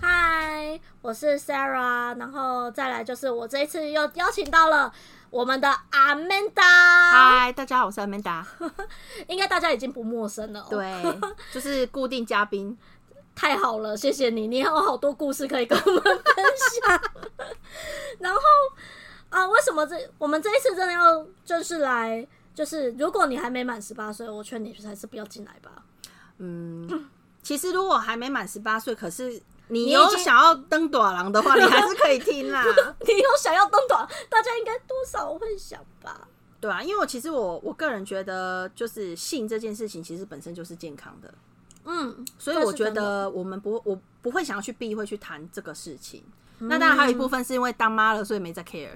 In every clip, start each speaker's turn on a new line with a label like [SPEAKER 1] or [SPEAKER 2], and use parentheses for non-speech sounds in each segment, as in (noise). [SPEAKER 1] 嗨，我是 Sarah，然后再来就是我这一次又邀请到了我们的 Amanda，
[SPEAKER 2] 嗨，大家好，我是 Amanda。
[SPEAKER 1] 应该大家已经不陌生了、哦。， (laughs)
[SPEAKER 2] 对，就是固定嘉宾。
[SPEAKER 1] 太好了，谢谢你，你有好多故事可以跟我们分享。 (laughs) 然后啊、为什么这我们这一次真的要就是来，就是如果你还没满十八岁，我劝你还是不要进来吧。 (laughs)
[SPEAKER 2] 嗯，其实如果还没满十八岁，可是
[SPEAKER 1] 你
[SPEAKER 2] 你
[SPEAKER 1] 已
[SPEAKER 2] 有
[SPEAKER 1] 经
[SPEAKER 2] 想要登短廊的话，你还是可以
[SPEAKER 1] (laughs)
[SPEAKER 2] 听啦。
[SPEAKER 1] 你有想要登短，大家应该多少会想吧？
[SPEAKER 2] 对啊，因为我其实我我个人觉得，就是性这件事情其实本身就是健康的，
[SPEAKER 1] 嗯，
[SPEAKER 2] 所以
[SPEAKER 1] 这是
[SPEAKER 2] 我觉
[SPEAKER 1] 真的
[SPEAKER 2] 得我们不我不会想要去避讳去谈这个事情。
[SPEAKER 1] 嗯
[SPEAKER 2] 那当然还有一部分是因为当妈了，所以没在 care。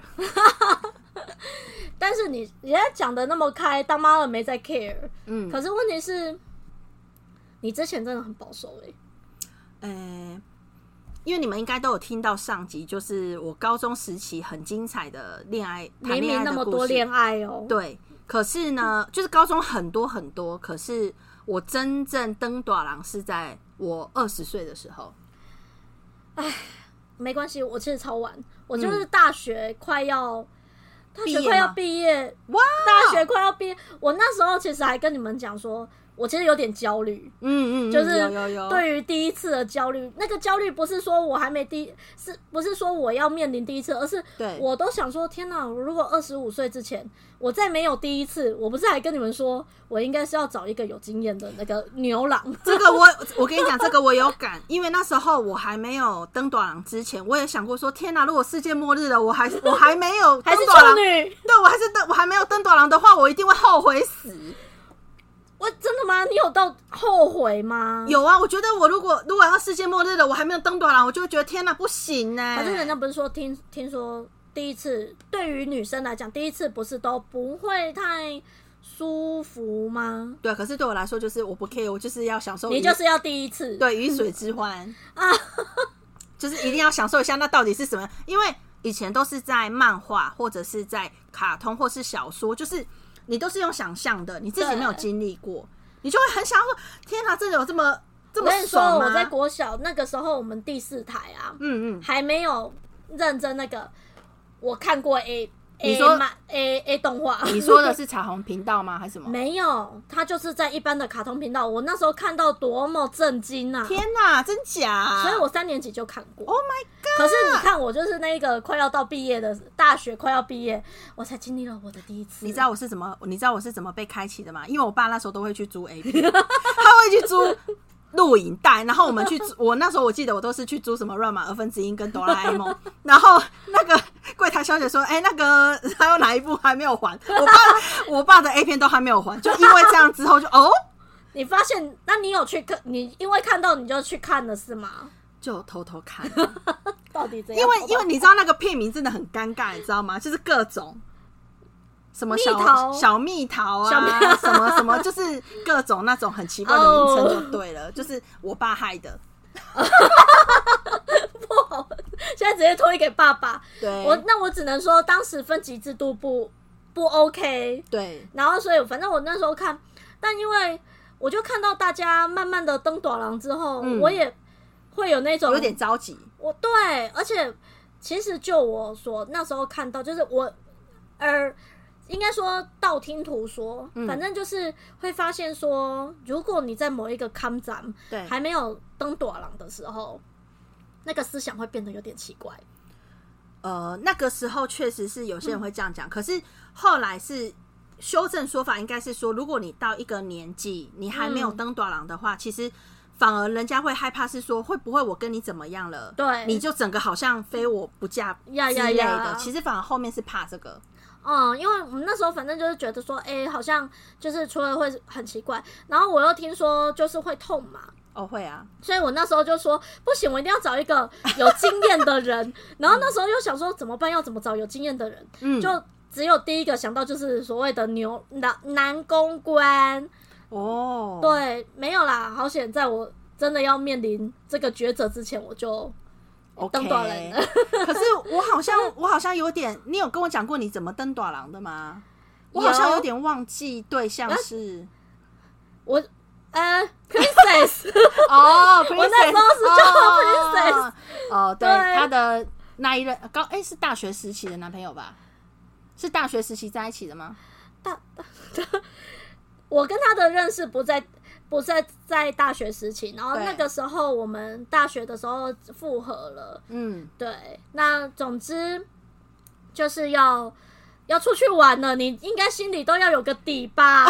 [SPEAKER 1] 但是你人家讲的那么开，当妈了没在 care，、
[SPEAKER 2] 嗯，
[SPEAKER 1] 可是问题是，你之前真的很保守哎、
[SPEAKER 2] 呃、因为你们应该都有听到上集，就是我高中时期很精彩的恋爱，谈
[SPEAKER 1] 明
[SPEAKER 2] 恋
[SPEAKER 1] 明
[SPEAKER 2] 爱
[SPEAKER 1] 那
[SPEAKER 2] 的
[SPEAKER 1] 么
[SPEAKER 2] 故
[SPEAKER 1] 多
[SPEAKER 2] 事
[SPEAKER 1] 恋爱哦、
[SPEAKER 2] 对，可是呢，就是高中很多很多，可是我真正登短郎是在我二十岁的时候，
[SPEAKER 1] 没关系，我其实超晚，我就是大学快要、大
[SPEAKER 2] 嗯毕
[SPEAKER 1] 学
[SPEAKER 2] 业
[SPEAKER 1] 快要
[SPEAKER 2] 吗
[SPEAKER 1] 毕业，
[SPEAKER 2] 哇，
[SPEAKER 1] 大学快要毕业，我那时候其实还跟你们讲说，我其实有点焦虑，
[SPEAKER 2] 嗯嗯，嗯
[SPEAKER 1] 就是
[SPEAKER 2] 有有有，
[SPEAKER 1] 对于第一次的焦虑，那个焦虑不是说我还没第一，是不是说我要面临第一次，而是
[SPEAKER 2] 对
[SPEAKER 1] 我都想说，天哪！如果二十五岁之前我再没有第一次，我不是还跟你们说，我应该是要找一个有经验的那个牛
[SPEAKER 2] (laughs)
[SPEAKER 1] 郎。
[SPEAKER 2] 这个我我跟你讲，这个我有感，因为那时候我还没有登短郎之前，我也想过说，天哪，如果世界末日了，我还我还没有
[SPEAKER 1] (laughs) 还
[SPEAKER 2] 登
[SPEAKER 1] 是
[SPEAKER 2] 短
[SPEAKER 1] 处
[SPEAKER 2] 郎，
[SPEAKER 1] 女？
[SPEAKER 2] 对我还是登我还没有登短郎的话，我一定会后悔死。
[SPEAKER 1] 我真的吗？你有到后悔吗？。
[SPEAKER 2] 有啊，我觉得我如果如果要世界末日了，我还没有登短郎，我就会觉得天哪，不行呢、
[SPEAKER 1] 反正人家不是说听听说第一次对于女生来讲，第一次不是都不会太舒服吗？
[SPEAKER 2] 对，可是对我来说，就是我不 care，我就是要享受鱼。
[SPEAKER 1] 你就是要第一次，
[SPEAKER 2] 对鱼水之欢
[SPEAKER 1] 啊，
[SPEAKER 2] (laughs) 就是一定要享受一下。那到底是什么？因为以前都是在漫画或者是在卡通或是小说，就是你都是用想象的，你自己没有
[SPEAKER 1] 对
[SPEAKER 2] 经历过，你就会很想要说：天哪，真的有这么这
[SPEAKER 1] 我
[SPEAKER 2] 么
[SPEAKER 1] 跟你说，
[SPEAKER 2] 爽吗？
[SPEAKER 1] 我在国小那个时候，我们第四台啊，
[SPEAKER 2] 嗯嗯，
[SPEAKER 1] 还没有认真那个，我看过 A
[SPEAKER 2] 你
[SPEAKER 1] A
[SPEAKER 2] 说
[SPEAKER 1] 漫 A A 动画，
[SPEAKER 2] 你说的是彩虹频道吗？还是什么？
[SPEAKER 1] (laughs) 没有？他就是在一般的卡通频道，我那时候看到多么震惊啊！
[SPEAKER 2] 天哪，真假？
[SPEAKER 1] 所以我三年级就看过。
[SPEAKER 2] Oh my god！
[SPEAKER 1] 可是你看，我就是那个快要到毕业的大学，快要毕业，我才经历了我的第一次。
[SPEAKER 2] 你知道我是怎么？你知道我是怎么被开启的吗？因为我爸那时候都会去租 A P，他会去租录影带，然后我们去租。我那时候我记得我都是去租什么《乱马二分之一》跟《哆啦 A 梦》，然后那个柜台小姐说：“哎、那个 (laughs) 还有哪一部还没有还？”我爸我爸的 A 片都还没有还，就因为这样之后就哦，
[SPEAKER 1] 你发现？那你有去看？你因为看到你就去看了是吗？
[SPEAKER 2] 就偷偷看，
[SPEAKER 1] 到底怎样？
[SPEAKER 2] 因为因为你知道那个片名真的很尴尬，你知道吗？就是各种。什么
[SPEAKER 1] 蜜桃
[SPEAKER 2] 小小蜜桃啊，
[SPEAKER 1] 小蜜 (laughs)
[SPEAKER 2] 什么什么，就是各种那种很奇怪的名称
[SPEAKER 1] 哦
[SPEAKER 2] 就对了就是我爸害的。
[SPEAKER 1] 现在直接推给爸爸。
[SPEAKER 2] 对，
[SPEAKER 1] 我那我只能说，当时分级制度不不 OK。
[SPEAKER 2] 对
[SPEAKER 1] 然后所以反正我那时候看，但因为我就看到大家慢慢的登短廊之后，
[SPEAKER 2] 嗯
[SPEAKER 1] 我也会有那种
[SPEAKER 2] 有点着急，
[SPEAKER 1] 我对，而且其实就我所那时候看到，就是我呃，应该说道听途说，
[SPEAKER 2] 嗯
[SPEAKER 1] 反正就是会发现说，如果你在某一个康展
[SPEAKER 2] 对
[SPEAKER 1] 还没有登短廊的时候，那个思想会变得有点奇怪。
[SPEAKER 2] 呃，那个时候确实是有些人会这样讲，可是后来是修正说法，应该是说，如果你到一个年纪，你还没有
[SPEAKER 1] 嗯
[SPEAKER 2] 登短廊的话，其实反而人家会害怕，是说会不会我跟你怎么样了？
[SPEAKER 1] 对
[SPEAKER 2] 你就整个好像非我不嫁之
[SPEAKER 1] 呀
[SPEAKER 2] 类
[SPEAKER 1] 呀呀
[SPEAKER 2] 的。其实反而后面是怕这个，
[SPEAKER 1] 嗯，因为我们那时候反正就是觉得说，哎、好像就是除了会很奇怪，然后我又听说就是会痛嘛，
[SPEAKER 2] 哦，会啊，
[SPEAKER 1] 所以我那时候就说不行，我一定要找一个有经验的
[SPEAKER 2] (laughs)
[SPEAKER 1] 人。然后那时候又想说怎么办，要怎么找有经验的人？
[SPEAKER 2] 嗯，
[SPEAKER 1] 就只有第一个想到就是所谓的牛男男公关，
[SPEAKER 2] 哦，，
[SPEAKER 1] 对，没有啦，好险，在我真的要面临这个抉择之前，我就
[SPEAKER 2] OK
[SPEAKER 1] 当大
[SPEAKER 2] (laughs)
[SPEAKER 1] 人
[SPEAKER 2] 可是我
[SPEAKER 1] (laughs)
[SPEAKER 2] 好像我好像有点，你有跟我讲过你怎么登短廊的吗？我好像
[SPEAKER 1] 有
[SPEAKER 2] 有点忘记对象
[SPEAKER 1] (laughs)
[SPEAKER 2] 是
[SPEAKER 1] 我呃
[SPEAKER 2] (laughs)
[SPEAKER 1] princess，
[SPEAKER 2] 哦，我
[SPEAKER 1] 那时候是叫 princess
[SPEAKER 2] 哦，对，
[SPEAKER 1] 对
[SPEAKER 2] 他的那一任高哎是大学时期的男朋友吧？是大学时期在一起的吗？
[SPEAKER 1] 大大我跟他的认识不在不在在大学时期，然后
[SPEAKER 2] 对
[SPEAKER 1] 那个时候我们大学的时候复合了。
[SPEAKER 2] 嗯，
[SPEAKER 1] 对，那总之就是要要出去玩了，你应该心里都要有个底
[SPEAKER 2] (laughs)
[SPEAKER 1] 吧，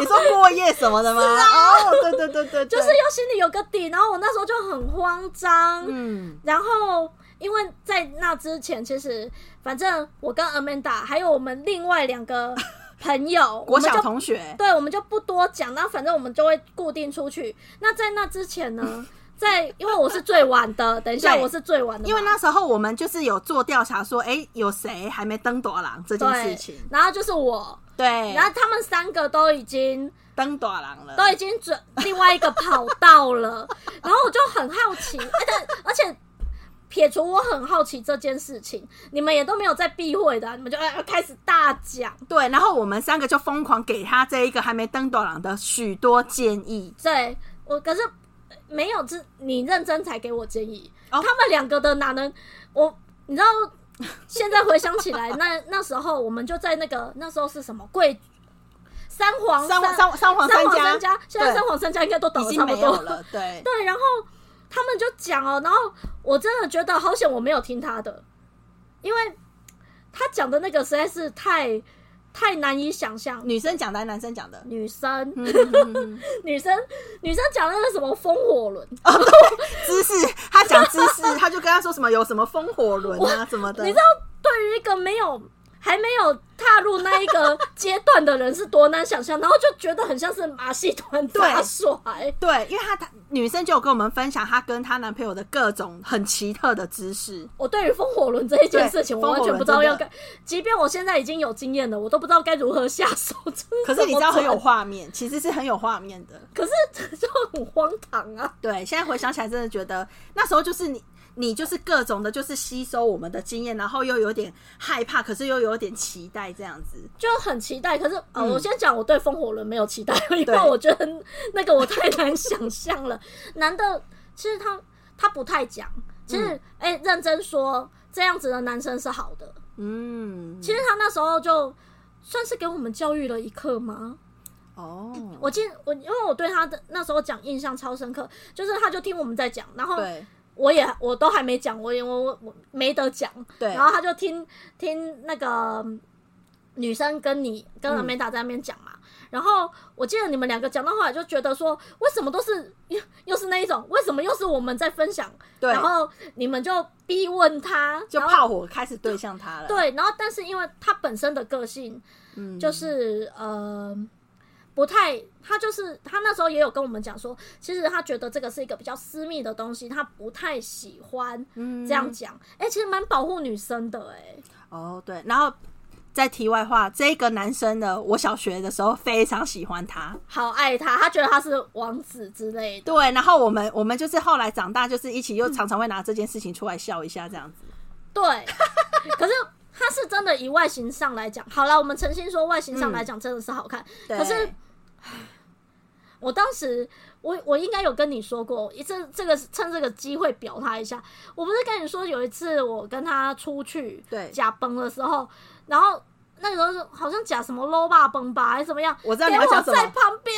[SPEAKER 2] 你说过夜什么的
[SPEAKER 1] (laughs)
[SPEAKER 2] 吗？哦，对对对对，
[SPEAKER 1] 啊就是要心里有个底。然后我那时候就很慌张，
[SPEAKER 2] 嗯，
[SPEAKER 1] 然后因为在那之前，其实反正我跟 Amanda 还有我们另外两个朋友，我
[SPEAKER 2] (laughs) 国
[SPEAKER 1] 们
[SPEAKER 2] 小
[SPEAKER 1] 就
[SPEAKER 2] 同学，
[SPEAKER 1] 对，我们就不多讲，那反正我们就会固定出去。那在那之前
[SPEAKER 2] (laughs)
[SPEAKER 1] 呢，在因为我是最晚的，等一下
[SPEAKER 2] 对
[SPEAKER 1] 我是最晚的嘛，
[SPEAKER 2] 因为那时候我们就是有做调查说，哎，有谁还没登短廊这件事
[SPEAKER 1] 对
[SPEAKER 2] 情？，
[SPEAKER 1] 然后就是我，
[SPEAKER 2] 对，
[SPEAKER 1] 然后他们三个都已经
[SPEAKER 2] 登短廊了，
[SPEAKER 1] 都已经准另外一个跑道了，
[SPEAKER 2] (laughs)
[SPEAKER 1] 然后我就很好奇，而且而且撇除我很好奇这件事情，你们也都没有在避讳的啊、你们就呃开始大讲，
[SPEAKER 2] 对，然后我们三个就疯狂给他这一个还没登短廊的许多建议。
[SPEAKER 1] 对我可是没有这你认真才给我建议，
[SPEAKER 2] 哦
[SPEAKER 1] 他们两个的哪能我你知道。现在回想起来，那那时候我们就在那个那时候是什么贵三皇
[SPEAKER 2] 哦三皇三三皇
[SPEAKER 1] 三皇
[SPEAKER 2] 家
[SPEAKER 1] 三家，现在
[SPEAKER 2] 对
[SPEAKER 1] 三皇三家应该都倒
[SPEAKER 2] 已
[SPEAKER 1] 的
[SPEAKER 2] 经
[SPEAKER 1] 差不
[SPEAKER 2] 没
[SPEAKER 1] 多
[SPEAKER 2] 有了，对，
[SPEAKER 1] 对，然后他们就讲哦，然后我真的觉得好险我没有听他的，因为他讲的那个实在是太太难以想象。
[SPEAKER 2] (laughs) 女生讲的还是男生讲的？
[SPEAKER 1] 女生，
[SPEAKER 2] 嗯嗯嗯
[SPEAKER 1] 女生，女生讲那个什么风火轮，
[SPEAKER 2] 哦知识，他讲知识，他就跟他说什么有什么风火轮啊什 (laughs) 么的，
[SPEAKER 1] 你知道，对于一个没有还没有踏入那一个阶段的人是多难想象，然后就觉得很像是马戏团大哎
[SPEAKER 2] 对
[SPEAKER 1] 甩。
[SPEAKER 2] 对，因为她她女生就有跟我们分享她跟她男朋友的各种很奇特的知识，
[SPEAKER 1] 我对于风火轮这一件
[SPEAKER 2] 对
[SPEAKER 1] 事情，我
[SPEAKER 2] 风
[SPEAKER 1] 完
[SPEAKER 2] 火
[SPEAKER 1] 全
[SPEAKER 2] 轮
[SPEAKER 1] 不知道
[SPEAKER 2] 真
[SPEAKER 1] 要
[SPEAKER 2] 的
[SPEAKER 1] 干，即便我现在已经有经验了，我都不知道该如何下手。
[SPEAKER 2] 可是你知道很
[SPEAKER 1] 很
[SPEAKER 2] 有画面，其实是很有画面的。
[SPEAKER 1] 可是这就很荒唐啊！
[SPEAKER 2] 对，现在回想起来，真的觉得那时候就是你，你就是各种的，就是吸收我们的经验，然后又有点害怕，可是又有点期待这样子。
[SPEAKER 1] 就很期待，可是呃，
[SPEAKER 2] 嗯
[SPEAKER 1] 我先讲我对风火轮没有期待，因为
[SPEAKER 2] 对
[SPEAKER 1] 我觉得那个我太难想象了。 (laughs) 男的其实他他不太讲，其实
[SPEAKER 2] 嗯
[SPEAKER 1] 哎、认真说，这样子的男生是好的。
[SPEAKER 2] 嗯，
[SPEAKER 1] 其实他那时候就算是给我们教育了一课吗？
[SPEAKER 2] 哦，
[SPEAKER 1] 我记我因为我对他的那时候讲印象超深刻，就是他就听我们在讲，然后
[SPEAKER 2] 对
[SPEAKER 1] 我也我都还没讲，我也我我我没得讲，
[SPEAKER 2] 对
[SPEAKER 1] 然后他就听听那个嗯女生跟你跟
[SPEAKER 2] 嗯
[SPEAKER 1] Amanda 在那边讲嘛。然后我记得你们两个讲到后来就觉得说，为什么都是 (laughs) 又又是那一种，为什么又是我们在分享？
[SPEAKER 2] 对
[SPEAKER 1] 然，后你们就逼问他，
[SPEAKER 2] 就
[SPEAKER 1] 然后
[SPEAKER 2] 炮火开始对向他了。，
[SPEAKER 1] 对，然后但是因为他本身的个性
[SPEAKER 2] 嗯，
[SPEAKER 1] 就是、呃。不太，他就是他那时候也有跟我们讲说，其实他觉得这个是一个比较私密的东西，他不太喜欢
[SPEAKER 2] 嗯
[SPEAKER 1] 这样讲。哎、其实蛮保护女生的、哎，
[SPEAKER 2] 哦，对。然后在题外话，这个男生呢，我小学的时候非常喜欢他。
[SPEAKER 1] 好爱他，他觉得他是王子之类
[SPEAKER 2] (laughs)
[SPEAKER 1] 的。
[SPEAKER 2] 对，然后我们我们就是后来长大，就是一起又常常会拿这件事情出来笑一下这样子。
[SPEAKER 1] 对，可是他是真的以外形上来讲，好了，我们诚心说外形上来讲真的是好看。
[SPEAKER 2] 对
[SPEAKER 1] 可是我当时，我我应该有跟你说过，一次这个趁这个机会表他一下。我不是跟你说有一次我跟他出去
[SPEAKER 2] 对
[SPEAKER 1] 假崩的时候，然后那个时候是好像假什么 low 吧崩吧还是怎么样，
[SPEAKER 2] 我知道你
[SPEAKER 1] 给
[SPEAKER 2] 要
[SPEAKER 1] 我
[SPEAKER 2] 讲什么
[SPEAKER 1] 在旁边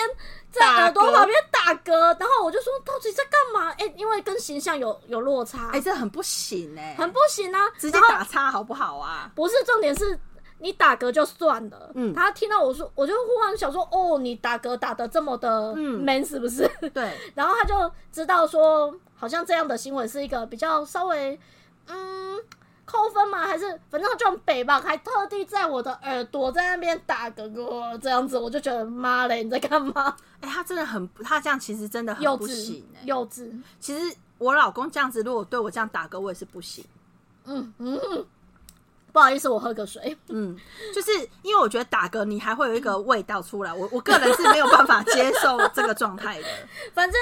[SPEAKER 1] 在
[SPEAKER 2] 打
[SPEAKER 1] 耳朵
[SPEAKER 2] 嗝
[SPEAKER 1] 旁边打嗝，然后我就说到底在干嘛？哎、因为跟形象有有落差，
[SPEAKER 2] 哎、这很不行哎、
[SPEAKER 1] 很不行啊，
[SPEAKER 2] 直接
[SPEAKER 1] 然后
[SPEAKER 2] 打叉好不好啊？
[SPEAKER 1] 不是重点是你打嗝就算了，
[SPEAKER 2] 嗯
[SPEAKER 1] 他听到我说，我就忽然想说，哦，你打嗝打的这么的
[SPEAKER 2] 嗯
[SPEAKER 1] man 是不是？ (laughs)
[SPEAKER 2] 对，
[SPEAKER 1] 然后他就知道说，好像这样的行为是一个比较稍微，嗯，扣分吗？还是反正就很北吧，还特地在我的耳朵在那边打嗝嗝这样子，我就觉得妈嘞，你在干嘛？
[SPEAKER 2] 哎、他真的很不，他这样其实真的
[SPEAKER 1] 幼
[SPEAKER 2] 很不
[SPEAKER 1] 稚
[SPEAKER 2] 行、欸。，
[SPEAKER 1] 幼稚，
[SPEAKER 2] 其实我老公这样子，如果对我这样打嗝，我也是不行。
[SPEAKER 1] 嗯嗯，不好意思，我喝个水。
[SPEAKER 2] 嗯，就是因为我觉得打嗝你还会有一个味道出来，我我个人是没有办法接受这个状态的。
[SPEAKER 1] 反正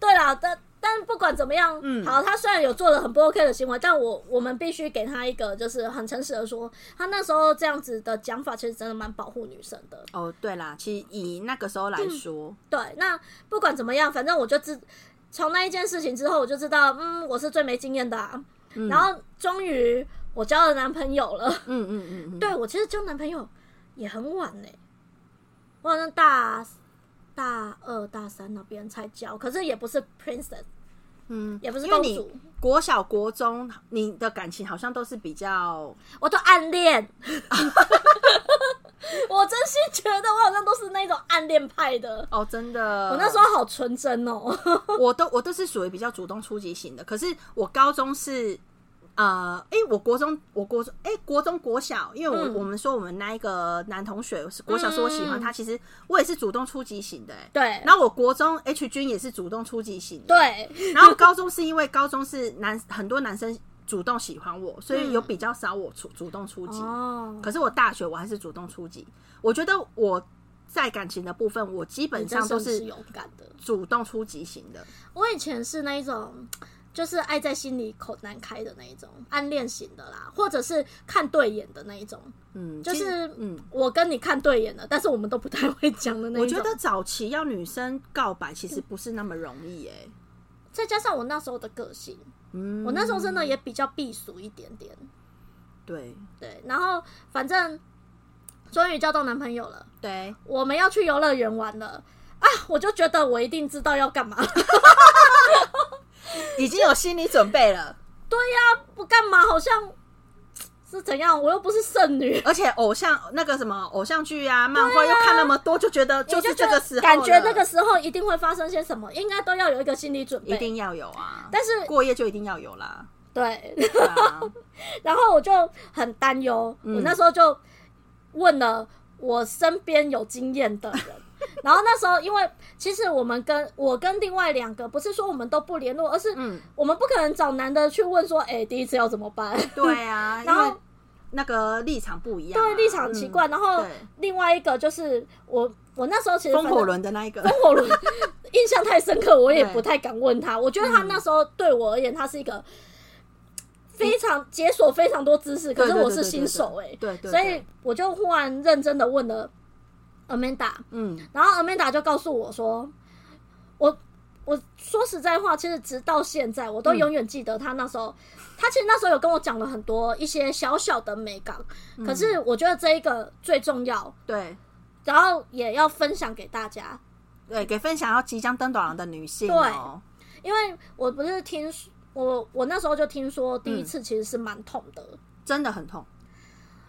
[SPEAKER 1] 对啦，但但不管怎么样，
[SPEAKER 2] 嗯
[SPEAKER 1] 好，他虽然有做了很不 OK 的行为，但我我们必须给他一个就是很诚实的说，他那时候这样子的讲法其实真的蛮保护女生的。
[SPEAKER 2] 哦，对啦，其实以那个时候来说，
[SPEAKER 1] 对，那不管怎么样，反正我就知从那一件事情之后，我就知道，嗯，我是最没经验的、啊。
[SPEAKER 2] 嗯
[SPEAKER 1] 然后终于我交了男朋友了。
[SPEAKER 2] 嗯嗯嗯嗯，
[SPEAKER 1] 对我其实交男朋友也很晚呢、我好像大大二大三那边才交，可是也不是 princess，
[SPEAKER 2] 嗯，
[SPEAKER 1] 也不是
[SPEAKER 2] 因为
[SPEAKER 1] 公
[SPEAKER 2] 你
[SPEAKER 1] 主，
[SPEAKER 2] 国小国中你的感情好像都是比较，
[SPEAKER 1] 我都暗恋。 (laughs) 我真心觉得我好像都是那种暗恋派的。
[SPEAKER 2] 哦，真的，
[SPEAKER 1] 我那时候好纯真哦， (laughs)
[SPEAKER 2] 我都我都是属于比较主动出击型的，可是我高中是。呃，哎、我国中，我国中，哎、国中国小，因为我、
[SPEAKER 1] 嗯
[SPEAKER 2] 我们说我们那一个男同学是国小是我喜
[SPEAKER 1] 嗯
[SPEAKER 2] 欢他，其实我也是主动出击型的、哎，
[SPEAKER 1] 对
[SPEAKER 2] 然后我国中 H 君也是主动出击型的，
[SPEAKER 1] 对，
[SPEAKER 2] 然后高中是因为高中是男很多男生主动喜欢我，所以有比较少我出主动出击。
[SPEAKER 1] 嗯哦，
[SPEAKER 2] 可是我大学我还是主动出击，我觉得我在感情的部分，我基本上都
[SPEAKER 1] 你真是
[SPEAKER 2] 是
[SPEAKER 1] 勇敢的。
[SPEAKER 2] 主动出击型的。
[SPEAKER 1] 我以前是那一种，就是爱在心里口难开的那一种，暗恋型的啦，或者是看对眼的那一种。
[SPEAKER 2] 嗯，
[SPEAKER 1] 就
[SPEAKER 2] 其实
[SPEAKER 1] 是
[SPEAKER 2] 嗯，
[SPEAKER 1] 我跟你看对眼了，但是我们都不太会讲的那
[SPEAKER 2] 我
[SPEAKER 1] 一种。
[SPEAKER 2] 觉得早期要女生告白其实不是那么容易诶、
[SPEAKER 1] 再加上我那时候的个性，
[SPEAKER 2] 嗯，
[SPEAKER 1] 我那时候真的也比较避俗一点点。
[SPEAKER 2] 对
[SPEAKER 1] 对，然后反正终于交到男朋友了，
[SPEAKER 2] 对，
[SPEAKER 1] 我们要去游乐园玩了啊！我就觉得我一定知道要干嘛。
[SPEAKER 2] 已经有心理准备了。
[SPEAKER 1] (laughs) 不干嘛好像是怎样？我又不是剩女，
[SPEAKER 2] 而且偶像那个什么偶像剧啊、漫画又看那么多， (laughs) 就觉得
[SPEAKER 1] 你
[SPEAKER 2] 是
[SPEAKER 1] 觉
[SPEAKER 2] 这
[SPEAKER 1] 得
[SPEAKER 2] 个时候了，
[SPEAKER 1] 感觉那个时候一定会发生些什么，应该都要有一个心理准备。
[SPEAKER 2] 一定要有啊。
[SPEAKER 1] 但是
[SPEAKER 2] 过夜就一定要有啦。
[SPEAKER 1] (laughs) 对，
[SPEAKER 2] 对
[SPEAKER 1] (laughs)
[SPEAKER 2] 啊
[SPEAKER 1] 然后我就很担忧，
[SPEAKER 2] 嗯
[SPEAKER 1] 我那时候就问了我身边有经验
[SPEAKER 2] (laughs)
[SPEAKER 1] 的人。然后那时候，因为其实我们跟我跟另外两个，不是说我们都不联络，而是
[SPEAKER 2] 嗯，
[SPEAKER 1] 我们不可能找男的去问说，哎、第一次要怎么办？
[SPEAKER 2] 对啊，
[SPEAKER 1] 嗯然
[SPEAKER 2] 因
[SPEAKER 1] 后
[SPEAKER 2] 为那个立场不一样
[SPEAKER 1] 对，
[SPEAKER 2] 啊，
[SPEAKER 1] 立场很奇怪。然后
[SPEAKER 2] 对
[SPEAKER 1] 另外一个就是我，我那时候其
[SPEAKER 2] 嗯。
[SPEAKER 1] 实
[SPEAKER 2] 风
[SPEAKER 1] 反正
[SPEAKER 2] 火轮的那一个，
[SPEAKER 1] 风火轮
[SPEAKER 2] (laughs)
[SPEAKER 1] 印象太深刻，我也
[SPEAKER 2] 对
[SPEAKER 1] 不太敢问他。我觉得他那时候对我而言，他是一个非常解锁非常多知识，可
[SPEAKER 2] 对
[SPEAKER 1] 是
[SPEAKER 2] 嗯对
[SPEAKER 1] 我是新手哎、
[SPEAKER 2] 对对对对
[SPEAKER 1] 所以我就忽然认真的问了 Amanda，
[SPEAKER 2] 嗯，
[SPEAKER 1] 然后 Amanda 就告诉我说，我我说实在话，其实直到现在，我都永远记得他那时
[SPEAKER 2] 嗯
[SPEAKER 1] 候，他其实那时候有跟我讲了很多一些小小的美感，
[SPEAKER 2] 嗯
[SPEAKER 1] 可是我觉得这一个最重要，
[SPEAKER 2] 对
[SPEAKER 1] 然后也要分享给大家。
[SPEAKER 2] 对，给分享要即将登短郎的女性哦，
[SPEAKER 1] 因为我不是听说我我那时候就听说第一
[SPEAKER 2] 嗯
[SPEAKER 1] 次其实是蛮痛的。
[SPEAKER 2] 真的很痛，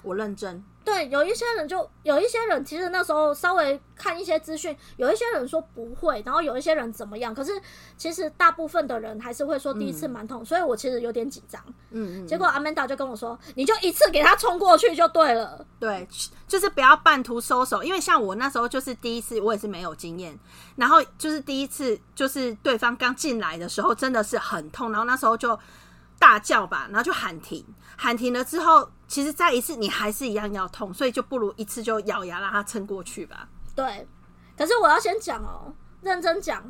[SPEAKER 2] 我认真。
[SPEAKER 1] 对，有一些人就有一些人，其实那时候稍微看一些资讯，有一些人说不会，然后有一些人怎么样。可是其实大部分的人还是会说第一次蛮痛，所以我其实有点紧张。
[SPEAKER 2] 嗯嗯嗯，
[SPEAKER 1] 结果阿曼达就跟我说：“你就一次给他冲过去就对了。
[SPEAKER 2] 对，就是不要半途收手，因为像我那时候就是第一次，我也是没有经验，然后就是第一次，就是对方刚进来的时候真的是很痛，然后那时候就大叫吧，然后就喊停，喊停了之后，其实再一次你还是一样要痛，所以就不如一次就咬牙让他撑过去吧。”
[SPEAKER 1] 对，可是我要先讲哦，认真讲。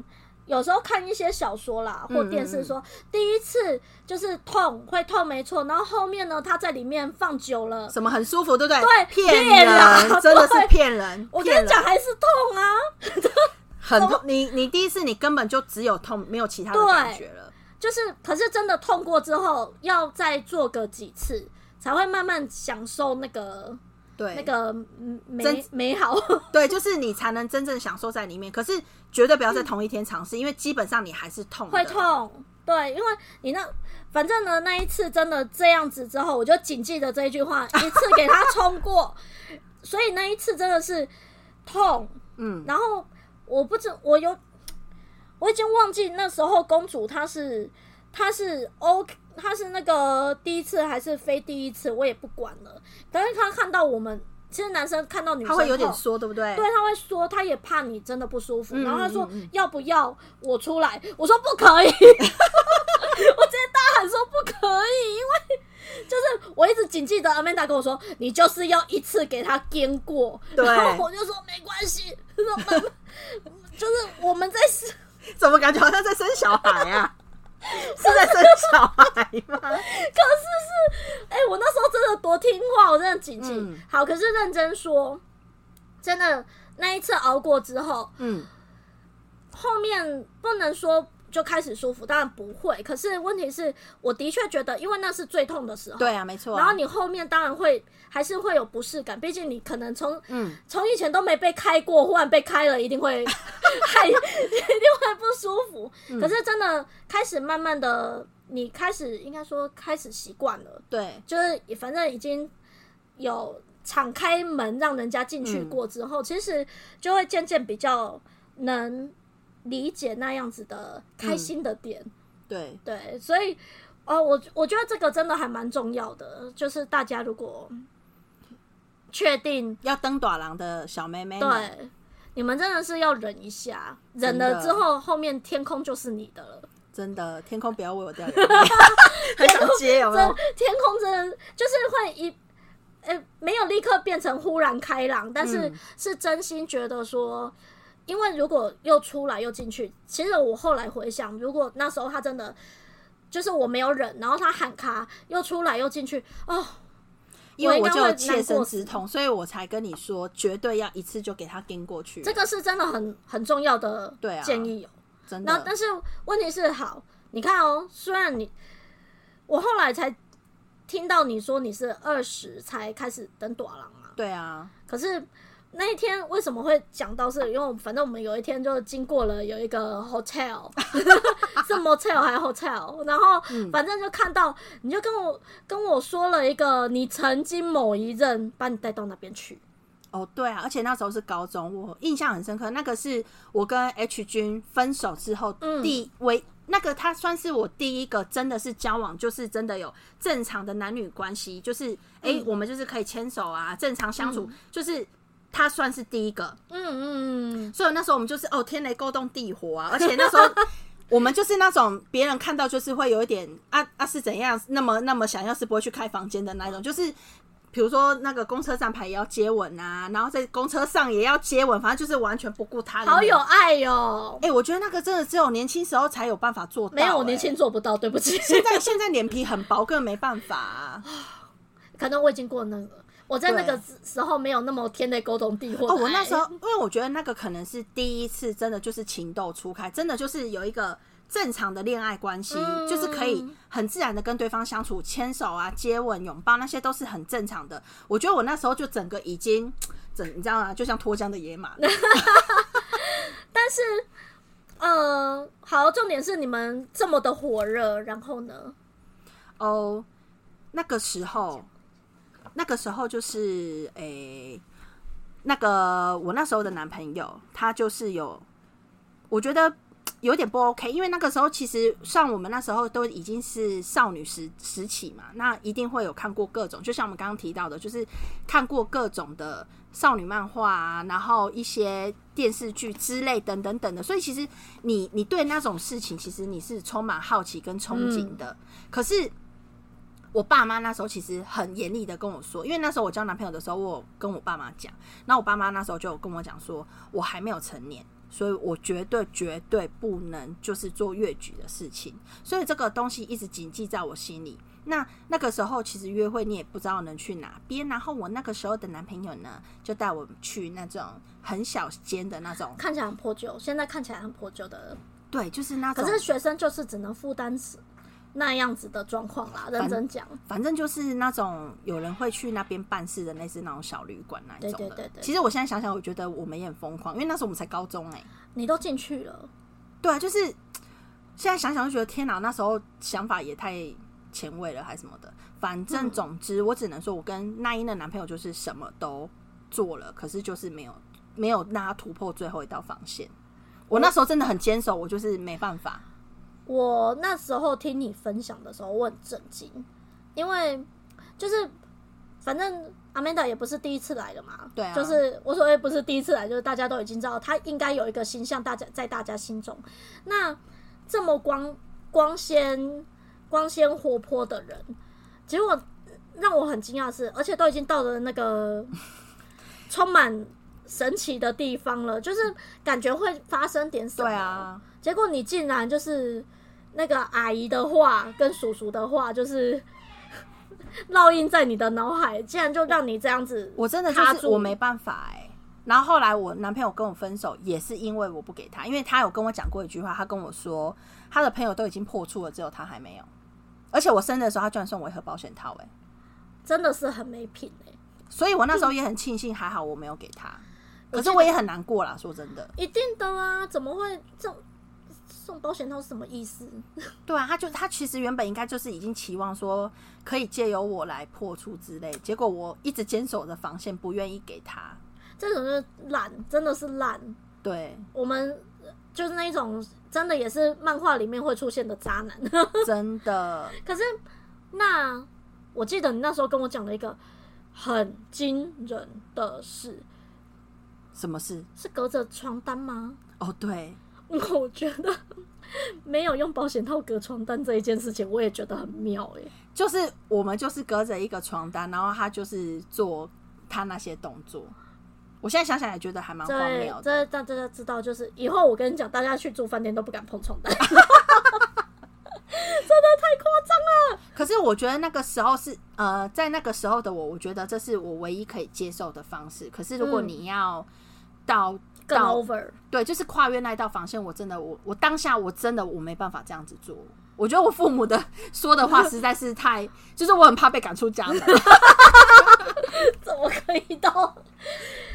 [SPEAKER 1] 有时候看一些小说啦，或
[SPEAKER 2] 嗯
[SPEAKER 1] 电视说，第一次就是痛会痛没错，然后后面呢，他在里面放久了，
[SPEAKER 2] 什么很舒服，对不对？
[SPEAKER 1] 对
[SPEAKER 2] 骗
[SPEAKER 1] 骗人
[SPEAKER 2] (laughs) 人，真的
[SPEAKER 1] 对
[SPEAKER 2] 是骗人。
[SPEAKER 1] 我
[SPEAKER 2] 骗
[SPEAKER 1] 跟你讲
[SPEAKER 2] 人，
[SPEAKER 1] 还是痛啊，
[SPEAKER 2] 很痛。你你第一次你根本就只有痛，没有其他的
[SPEAKER 1] 对
[SPEAKER 2] 感觉了。
[SPEAKER 1] 就是可是真的痛过之后，要再做个几次，才会慢慢享受那个
[SPEAKER 2] 对，
[SPEAKER 1] 那个嗯美
[SPEAKER 2] 真
[SPEAKER 1] 美
[SPEAKER 2] (laughs)
[SPEAKER 1] 好。
[SPEAKER 2] 对，就是你才能真正享受在里面。可是绝对不要在同一天尝试，因为基本上你还是痛的，
[SPEAKER 1] 会痛，对，因为你那反正呢，那一次真的这样子之后，我就谨记着这一句话，一次给他冲过。所以那一次真的是痛，
[SPEAKER 2] 嗯，
[SPEAKER 1] 然后我不知我有，我已经忘记那时候公主她是她是 O 她是那个第一次还是非第一次，我也不管了。但是她看到我们，其实男生看嗯到女生
[SPEAKER 2] 他会有点
[SPEAKER 1] 痛
[SPEAKER 2] 缩，对不对？
[SPEAKER 1] 对，他会说他也怕你真的不舒服，
[SPEAKER 2] 嗯
[SPEAKER 1] 然后他说、
[SPEAKER 2] 嗯嗯嗯
[SPEAKER 1] 要不要我出来？我说不可以， (laughs) 我直接大喊说不可以，因为就是我一直谨记着 Amanda 跟我说，你就是要一次给他颠过，
[SPEAKER 2] 对
[SPEAKER 1] 然后我就说没关系，就是我们 (laughs) 就是我们在试
[SPEAKER 2] 怎么感觉好像在生小孩
[SPEAKER 1] (laughs)
[SPEAKER 2] 啊？是在生小孩吗？
[SPEAKER 1] 可是是，哎、我那时候真的多听话，我真的谨记。
[SPEAKER 2] 嗯
[SPEAKER 1] 好，可是认真说，真的那一次熬过之后，
[SPEAKER 2] 嗯，
[SPEAKER 1] 后面不能说就开始舒服，当然不会。可是问题是我的确觉得，因为那是最痛的时候，
[SPEAKER 2] 对啊，没错啊。
[SPEAKER 1] 然后你后面当然会还是会有不适感，毕竟你可能从
[SPEAKER 2] 嗯，
[SPEAKER 1] 从以前都没被开过，忽然被开了，一定会 (laughs) 害，一定会不舒服。
[SPEAKER 2] 嗯
[SPEAKER 1] 可是真的开始慢慢的，你开始应该说开始习惯了，
[SPEAKER 2] 对，
[SPEAKER 1] 就是也反正已经有敞开门让人家进
[SPEAKER 2] 嗯
[SPEAKER 1] 去过之后，其实就会渐渐比较能理解那样子的开心的点。
[SPEAKER 2] 嗯对，
[SPEAKER 1] 对，所以哦，我我觉得这个真的还蛮重要的，就是大家如果确定
[SPEAKER 2] 要登短廊的小妹妹们，
[SPEAKER 1] 对。你们真的是要忍一下，忍
[SPEAKER 2] 哎真
[SPEAKER 1] 了
[SPEAKER 2] 的
[SPEAKER 1] 之后，后面天空就是你的了。
[SPEAKER 2] 真的，天空不要为我掉
[SPEAKER 1] (laughs)
[SPEAKER 2] 眼泪， (laughs) 很想接有没
[SPEAKER 1] 真
[SPEAKER 2] 有？
[SPEAKER 1] 天空真的就是会一，呃、没有立刻变成忽然开朗，但是
[SPEAKER 2] 嗯
[SPEAKER 1] 是真心觉得说，因为如果又出来又进去，其实我后来回想，如果那时候他真的就是我没有忍，然后他喊卡又出来又进去，哦，
[SPEAKER 2] 因为
[SPEAKER 1] 我
[SPEAKER 2] 我
[SPEAKER 1] 应
[SPEAKER 2] 就
[SPEAKER 1] 该会
[SPEAKER 2] 有切
[SPEAKER 1] 难
[SPEAKER 2] 身
[SPEAKER 1] 过
[SPEAKER 2] 之痛，所以我才跟你说，绝对要一次就给他跟过去。
[SPEAKER 1] 这个是真的很很重要的
[SPEAKER 2] 对啊
[SPEAKER 1] 建议哦、
[SPEAKER 2] 真
[SPEAKER 1] 然后，
[SPEAKER 2] 的，
[SPEAKER 1] 但是问题是，好，你看哦，虽然你，我后来才听到你说你是二十才开始等短郎嘛，
[SPEAKER 2] 对啊，
[SPEAKER 1] 可是那一天为什么会讲到是？因为我反正我们有一天就经过了有一个
[SPEAKER 2] (laughs)
[SPEAKER 1] hotel，是 motel 还是 hotel，然后
[SPEAKER 2] 嗯
[SPEAKER 1] 反正就看到你就跟我跟我说了一个你曾经某一任把你带到那边去，
[SPEAKER 2] 哦对啊，而且那时候是高中，我印象很深刻。那个是我跟 H 君分手之后
[SPEAKER 1] 嗯
[SPEAKER 2] 第唯、那个，他算是我第一个真的是交往，就是真的有正常的男女关系，就是哎、诶我们就是可以牵手啊，正常相处，就是他算是第一个。
[SPEAKER 1] 嗯嗯
[SPEAKER 2] 所以那时候我们就是哦，天雷勾动地火啊！ (laughs) 而且那时候我们就是那种别人看到就是会有一点啊啊是怎样，那么那么想要是不会去开房间的那一种，就是。比如说那个公车站牌也要接吻啊，然后在公车上也要接吻，反正就是完全不顾他
[SPEAKER 1] 嗯，
[SPEAKER 2] 人。
[SPEAKER 1] 好有
[SPEAKER 2] 哎、
[SPEAKER 1] 爱哟、
[SPEAKER 2] 我觉得那个真的只有年轻时候才有办法做到、
[SPEAKER 1] 没有，我
[SPEAKER 2] 哎
[SPEAKER 1] 年，轻做不到，对不起， (laughs)
[SPEAKER 2] 现在现在脸皮很薄，根本没办法啊、
[SPEAKER 1] 可能我已经过那个，我在那个
[SPEAKER 2] 对
[SPEAKER 1] 时时候没有那么天雷勾动地火的
[SPEAKER 2] 哦，
[SPEAKER 1] 爱。
[SPEAKER 2] 我那时候，因为我觉得那个可能是第一次，真的就是情窦初开，真的就是有一个正常的恋爱关系，
[SPEAKER 1] 嗯
[SPEAKER 2] 就是可以很自然的跟对方相处，牵手啊、接吻、拥抱那些都是很正常的。我觉得我那时候就整个已经整，你知道吗？就像脱缰的野马，
[SPEAKER 1] 但是，呃，好，重点是你们这么的火热，然后呢？
[SPEAKER 2] 哦，那个时候，那个时候就是诶、那个我那时候的男朋友，他就是有，我觉得有点不 OK，因为那个时候其实像我们那时候都已经是少女时时期嘛，那一定会有看过各种，就像我们刚刚提到的，就是看过各种的少女漫画啊，然后一些电视剧之类等等等的，所以其实你你对那种事情，其实你是充满好奇跟憧憬的，可是。我爸妈那时候其实很严厉的跟我说，因为那时候我交男朋友的时候，我有跟我爸妈讲，那我爸妈那时候就有跟我讲说，我还没有成年，所以我绝对绝对不能就是做越矩的事情，所以这个东西一直谨记在我心里。那那个时候其实约会你也不知道能去哪边，然后我那个时候的男朋友呢，就带我去那种很小间的那种，
[SPEAKER 1] 看起来很破旧，现在看起来很破旧的，
[SPEAKER 2] 对，就是那种，
[SPEAKER 1] 可是学生就是只能负担此那样子的状况啦。认真讲，
[SPEAKER 2] 反正就是那种有人会去那边办事的类似那种小旅馆那一种的。
[SPEAKER 1] 对对对对
[SPEAKER 2] 其实我现在想想，我觉欸得我们也很疯狂，因为那时候我们才高中哎、
[SPEAKER 1] 你都进去了，
[SPEAKER 2] 对啊，就是现在想想就觉得天哪，那时候想法也太前卫了，还是什么的。反
[SPEAKER 1] 嗯
[SPEAKER 2] 正总之，我只能说我跟那英的男朋友就是什么都做了，可是就是没有没有让他突破最后一道防线。我那时候真的很坚守，我就是没办法。
[SPEAKER 1] 我那时候听你分享的时候，我很震惊，因为就是反正阿曼达也不是第一次来了嘛，
[SPEAKER 2] 对啊
[SPEAKER 1] 就是我所谓不是第一次来，就是大家都已经知道他应该有一个形象，大家在大家心中，那这么光光鲜光鲜活泼的人，结果让我很惊讶的是，而且都已经到了那个 (laughs) 充满神奇的地方了，就是感觉会发生点什么，
[SPEAKER 2] 对啊，
[SPEAKER 1] 结果你竟然就是那个阿姨的话跟叔叔的话，就是 (laughs) 烙印在你的脑海，竟然就让你这样子。
[SPEAKER 2] 我真的就
[SPEAKER 1] 卡
[SPEAKER 2] 是
[SPEAKER 1] 住
[SPEAKER 2] 我没办法哎、然后后来我男朋友跟我分手，也是因为我不给他，因为他有跟我讲过一句话，他跟我说他的朋友都已经破处了，只有他还没有。而且我生日的时候，他居然送我一盒保险套哎、
[SPEAKER 1] 真的是很没品哎、
[SPEAKER 2] 所以我那时候也很庆幸，还好我没有给他。
[SPEAKER 1] 我
[SPEAKER 2] 可
[SPEAKER 1] 记
[SPEAKER 2] 是
[SPEAKER 1] 得
[SPEAKER 2] 我也很难过啦，说真的。
[SPEAKER 1] 一定的啊，怎么会这送保险套是什么意思？
[SPEAKER 2] 对啊，他就他其实原本应该就是已经期望说可以借由我来破处之类，结果我一直坚守着防线，不愿意给他。
[SPEAKER 1] 这种就是懒，真的是懒。
[SPEAKER 2] (laughs) 对，
[SPEAKER 1] 我们就是那一种真的也是漫画里面会出现的渣男。 (laughs)
[SPEAKER 2] 真的，
[SPEAKER 1] 可是那我记得你那时候跟我讲了一个很惊人的事，
[SPEAKER 2] 什么事？
[SPEAKER 1] 是隔着床单吗？
[SPEAKER 2] 哦，对，
[SPEAKER 1] (laughs) 我觉得没有用保险套隔床单这一件事情，我也觉得很妙哎、
[SPEAKER 2] 就是我们就是隔着一个床单，然后他就是做他那些动作。我现在想想也觉得还蛮荒
[SPEAKER 1] 这
[SPEAKER 2] 谬的。
[SPEAKER 1] 这让大家知道，就是以后我跟你讲，大家去住饭店都不敢碰床单。
[SPEAKER 2] 可是我觉得那个时候是呃，在那个时候的我，我觉得这是我唯一可以接受的方式。可是如果
[SPEAKER 1] 嗯
[SPEAKER 2] 你要到、
[SPEAKER 1] 更
[SPEAKER 2] 到
[SPEAKER 1] over，
[SPEAKER 2] 对，就是跨越那一道防线，我真的，我我当下我真的我没办法这样子做。我觉得我父母的说的话实在是太，就是我很怕被赶出家门。
[SPEAKER 1] 怎么可以到？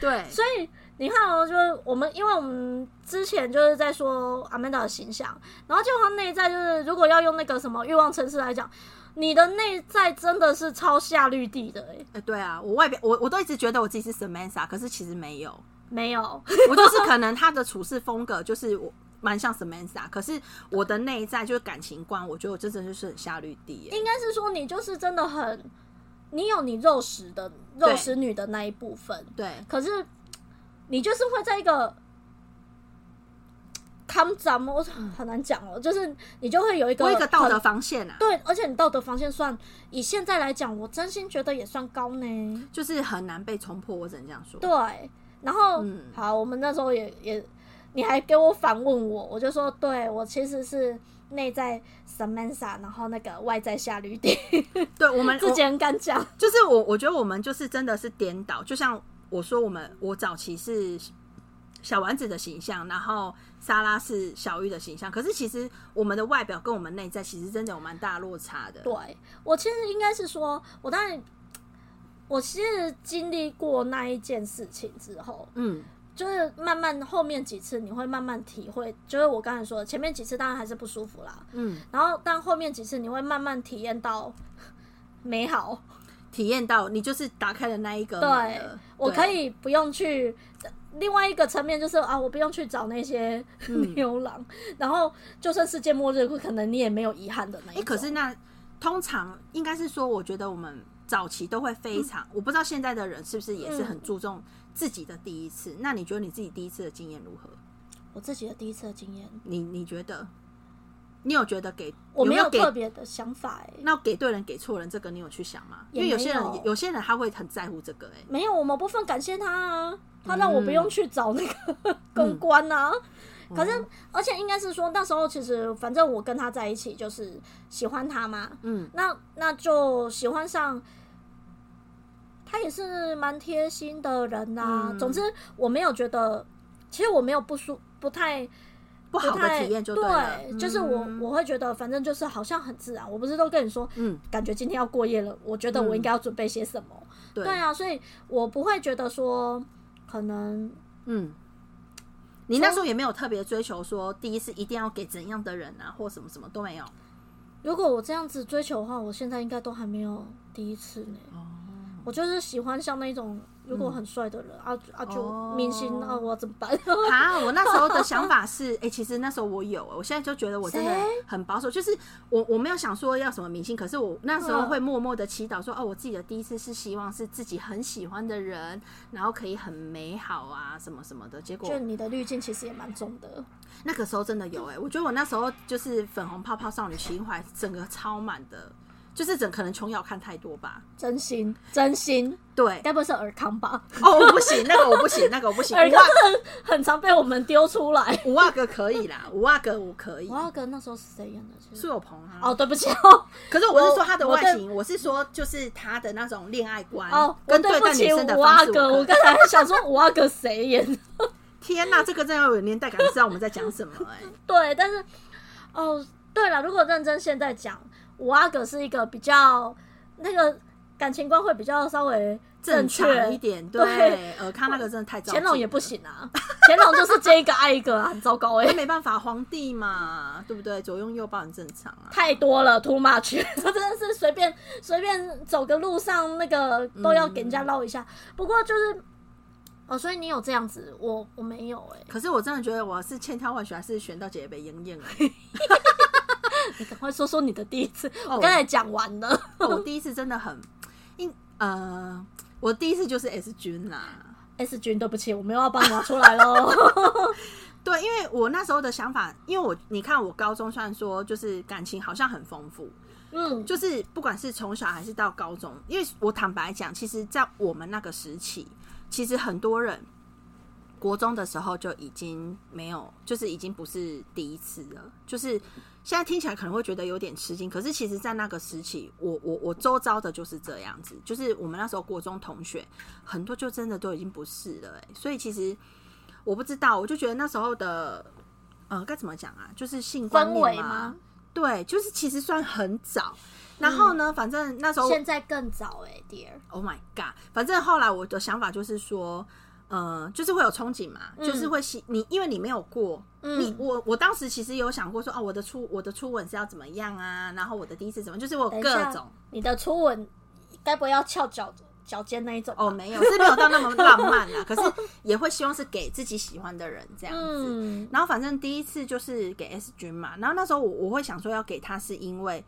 [SPEAKER 2] 对，
[SPEAKER 1] (laughs) 所以你看哦，就是我们，因为我们之前就是在说阿曼达的形象，然后就他内在就是，如果要用那个什么欲望城市来讲，你的内在真的是超下绿地的哎、
[SPEAKER 2] 呃对啊，我外表我我都一直觉得我自己是 Samantha，可是其实没有，
[SPEAKER 1] 没有，
[SPEAKER 2] 我就是可能他的处事风格就是我蛮像 Samantha，可是我的内在就是感情观，我觉得我真的就是很下绿地耶。
[SPEAKER 1] 应该是说你就是真的很，你有你肉食的肉食女的那一部分，
[SPEAKER 2] 对
[SPEAKER 1] 可是你就是会在一个。康咱们我很难讲哦，就是你就会有一个
[SPEAKER 2] 我有一个道德
[SPEAKER 1] 很
[SPEAKER 2] 防线啊，
[SPEAKER 1] 对，而且你道德防线算以现在来讲，我真心觉得也算高呢。
[SPEAKER 2] 就是很难被冲破，我只能这样说。
[SPEAKER 1] 对，然后、
[SPEAKER 2] 嗯
[SPEAKER 1] 好，我们那时候也也，你还给我反问我，我就说，对我其实是内在 Samantha，然后那个外在夏绿蒂，
[SPEAKER 2] 对哎我们
[SPEAKER 1] (laughs) 自己很敢讲。
[SPEAKER 2] 就是我，我觉得我们就是真的是颠倒，就像我说，我们我早期是小丸子的形象，然后莎拉是小玉的形象，可是其实我们的外表跟我们内在其实真的有蛮大落差的。
[SPEAKER 1] 对我其实应该是说，我当然，我其实经历过那一件事情之后，
[SPEAKER 2] 嗯，
[SPEAKER 1] 就是慢慢后面几次你会慢慢体会，就是我刚才说的，前面几次当然还是不舒服啦，
[SPEAKER 2] 嗯，
[SPEAKER 1] 然后但后面几次你会慢慢体验到美好。
[SPEAKER 2] 体验到你就是打开了那一个门
[SPEAKER 1] 对
[SPEAKER 2] 了，
[SPEAKER 1] 我
[SPEAKER 2] 对
[SPEAKER 1] 可以不用去。呃另外一个层面就是啊，我不用去找那些 (laughs) 牛郎，然后就算世界末日，可能你也没有遗憾的那一
[SPEAKER 2] 哎、
[SPEAKER 1] 种。
[SPEAKER 2] 可是那通常应该是说，我觉得我们早期都会非常，我不知道现在的人是不是也是很注重自己的第一次。那你觉得你自己第一次的经验如何？
[SPEAKER 1] 我自己的第一次的经验，
[SPEAKER 2] 你你觉得？你有觉得给
[SPEAKER 1] 我没
[SPEAKER 2] 有
[SPEAKER 1] 有
[SPEAKER 2] 给
[SPEAKER 1] 特别的想法、欸，
[SPEAKER 2] 那给对人给错人，这个你有去想吗？
[SPEAKER 1] 也
[SPEAKER 2] 因为有
[SPEAKER 1] 没
[SPEAKER 2] 些人
[SPEAKER 1] 有
[SPEAKER 2] 有些人他会很在乎这个、欸，
[SPEAKER 1] 没有，我某部分感谢他啊，他让我不用去找那
[SPEAKER 2] 嗯
[SPEAKER 1] 个公关啊。可是，而且应该是说，那时候其实反正我跟他在一起就是喜欢他嘛，
[SPEAKER 2] 嗯，
[SPEAKER 1] 那那就喜欢上。他也是蛮贴心的人呐、啊
[SPEAKER 2] 嗯
[SPEAKER 1] 总之，我没有觉得，其实我没有不舒，不太
[SPEAKER 2] 不好
[SPEAKER 1] 不
[SPEAKER 2] 的
[SPEAKER 1] 太
[SPEAKER 2] 体验就
[SPEAKER 1] 对
[SPEAKER 2] 了，嗯
[SPEAKER 1] 就是我我会觉得，反正就是好像很自然。我不是都跟你说，
[SPEAKER 2] 嗯，
[SPEAKER 1] 感觉今天要过夜了，我觉得我应该要准备些什么。
[SPEAKER 2] 对
[SPEAKER 1] 啊对啊，所以我不会觉得说可能
[SPEAKER 2] 嗯，你那时候也没有特别追求说第一是一定要给怎样的人啊，或什么什么都没有。
[SPEAKER 1] 如果我这样子追求的话，我现在应该都还没有第一次呢。
[SPEAKER 2] 哦，
[SPEAKER 1] 我就是喜欢像那种如果很帅的人、啊啊就
[SPEAKER 2] 哦
[SPEAKER 1] 明星、啊，我怎么 (laughs) 办？
[SPEAKER 2] 啊，我那时候的想法是，哎、其实那时候我有，我现在就觉得我真的
[SPEAKER 1] 谁
[SPEAKER 2] 很保守，就是我我没有想说要什么明星，可是我那时候
[SPEAKER 1] 嗯
[SPEAKER 2] 会默默的祈祷说，哦，我自己的第一次是希望是自己很喜欢的人，然后可以很美好啊什么什么的。结果
[SPEAKER 1] 就你的滤镜其实也蛮重的，
[SPEAKER 2] 那个时候真的有哎、我觉得我那时候就是粉红泡泡少女情怀，整个超满的，就是整可能琼瑶看太多吧。
[SPEAKER 1] 真心真心， (laughs)
[SPEAKER 2] 对，
[SPEAKER 1] 该不会是尔康吧？
[SPEAKER 2] 哦，我不行，那个我不行，那个我不行，
[SPEAKER 1] 尔
[SPEAKER 2] 五
[SPEAKER 1] 康
[SPEAKER 2] 万
[SPEAKER 1] 真的很常被我们丢出来。
[SPEAKER 2] 五万个可以啦，五万个我可以
[SPEAKER 1] 我，要跟那时候是谁演的？其实
[SPEAKER 2] 苏有朋啊。
[SPEAKER 1] (laughs) 哦，对不起哦，
[SPEAKER 2] 可是我不是说他的
[SPEAKER 1] 我我
[SPEAKER 2] 外形，我是说就是他的那种恋爱观
[SPEAKER 1] 哦，我
[SPEAKER 2] 跟
[SPEAKER 1] 对不
[SPEAKER 2] 待女
[SPEAKER 1] 起
[SPEAKER 2] 生的
[SPEAKER 1] 五
[SPEAKER 2] 方
[SPEAKER 1] 阿
[SPEAKER 2] 式
[SPEAKER 1] 哥，
[SPEAKER 2] 我
[SPEAKER 1] 我
[SPEAKER 2] 可以。
[SPEAKER 1] 刚才想说五阿哥谁演？(laughs)
[SPEAKER 2] 天哪，这个真的有年代感，知道我们在讲什么哎、
[SPEAKER 1] 对，但是哦，对了，如果认真现在讲，五阿哥是一个比较那个感情观会比较稍微
[SPEAKER 2] 正
[SPEAKER 1] 确
[SPEAKER 2] 常一，点，
[SPEAKER 1] 对
[SPEAKER 2] 对。尔康那个真的太糟
[SPEAKER 1] 乾
[SPEAKER 2] 践了，
[SPEAKER 1] 隆也不行啊，乾隆就是接一个爱一个啊，很糟糕哎、
[SPEAKER 2] 那没办法，皇帝嘛，对不对？左拥右抱很正常啊。
[SPEAKER 1] 太多了，too much，我真的是随便随便走个路上那个都要给人家绕一下。不过就是哦，所以你有这样子，我我没有哎、
[SPEAKER 2] 可是我真的觉得我是千挑万选，还是选到姐姐被赢
[SPEAKER 1] (laughs)
[SPEAKER 2] 硬了。
[SPEAKER 1] 你赶快说说你的第一次，
[SPEAKER 2] 哦
[SPEAKER 1] 我刚才讲完了。
[SPEAKER 2] 我第一次真的很，因呃，我第一次就是 S 君啊啦。
[SPEAKER 1] S 君，对不起，我没有要帮你拿出来喽。
[SPEAKER 2] (laughs) 对，因为我那时候的想法，因为我你看，我高中虽然说就是感情好像很丰富，
[SPEAKER 1] 嗯，
[SPEAKER 2] 就是不管是从小还是到高中，因为我坦白讲，其实，在我们那个时期，其实很多人国中的时候就已经没有，就是已经不是第一次了。就是现在听起来可能会觉得有点吃惊，可是其实，在那个时期，我我我周遭的就是这样子，就是我们那时候国中同学很多就真的都已经不是了、欸，所以其实我不知道，我就觉得那时候的。呃，该怎么讲啊？就是性观
[SPEAKER 1] 氛围
[SPEAKER 2] 念嘛
[SPEAKER 1] 吗？
[SPEAKER 2] 对，就是其实算很早。然
[SPEAKER 1] 嗯
[SPEAKER 2] 后呢，反正那时候
[SPEAKER 1] 现在更早哎、d e a r
[SPEAKER 2] ，Oh my God！反正后来我的想法就是说，呃，就是会有憧憬嘛，
[SPEAKER 1] 嗯
[SPEAKER 2] 就是会希你，因为你没有过，
[SPEAKER 1] 嗯
[SPEAKER 2] 你我我当时其实有想过说，哦，我的初我的初吻是要怎么样啊，然后我的第一次怎么，就是我
[SPEAKER 1] 等
[SPEAKER 2] 有
[SPEAKER 1] 一
[SPEAKER 2] 各
[SPEAKER 1] 下
[SPEAKER 2] 种。
[SPEAKER 1] 你的初吻该不会要翘脚脚尖那一种吧？
[SPEAKER 2] 哦，没有，是没有到那么浪漫啦，
[SPEAKER 1] (laughs)
[SPEAKER 2] 可是也会希望是给自己喜欢的人这样子。
[SPEAKER 1] 嗯，
[SPEAKER 2] 然后反正第一次就是给 S 君嘛，然后那时候我我会想说要给他，是因为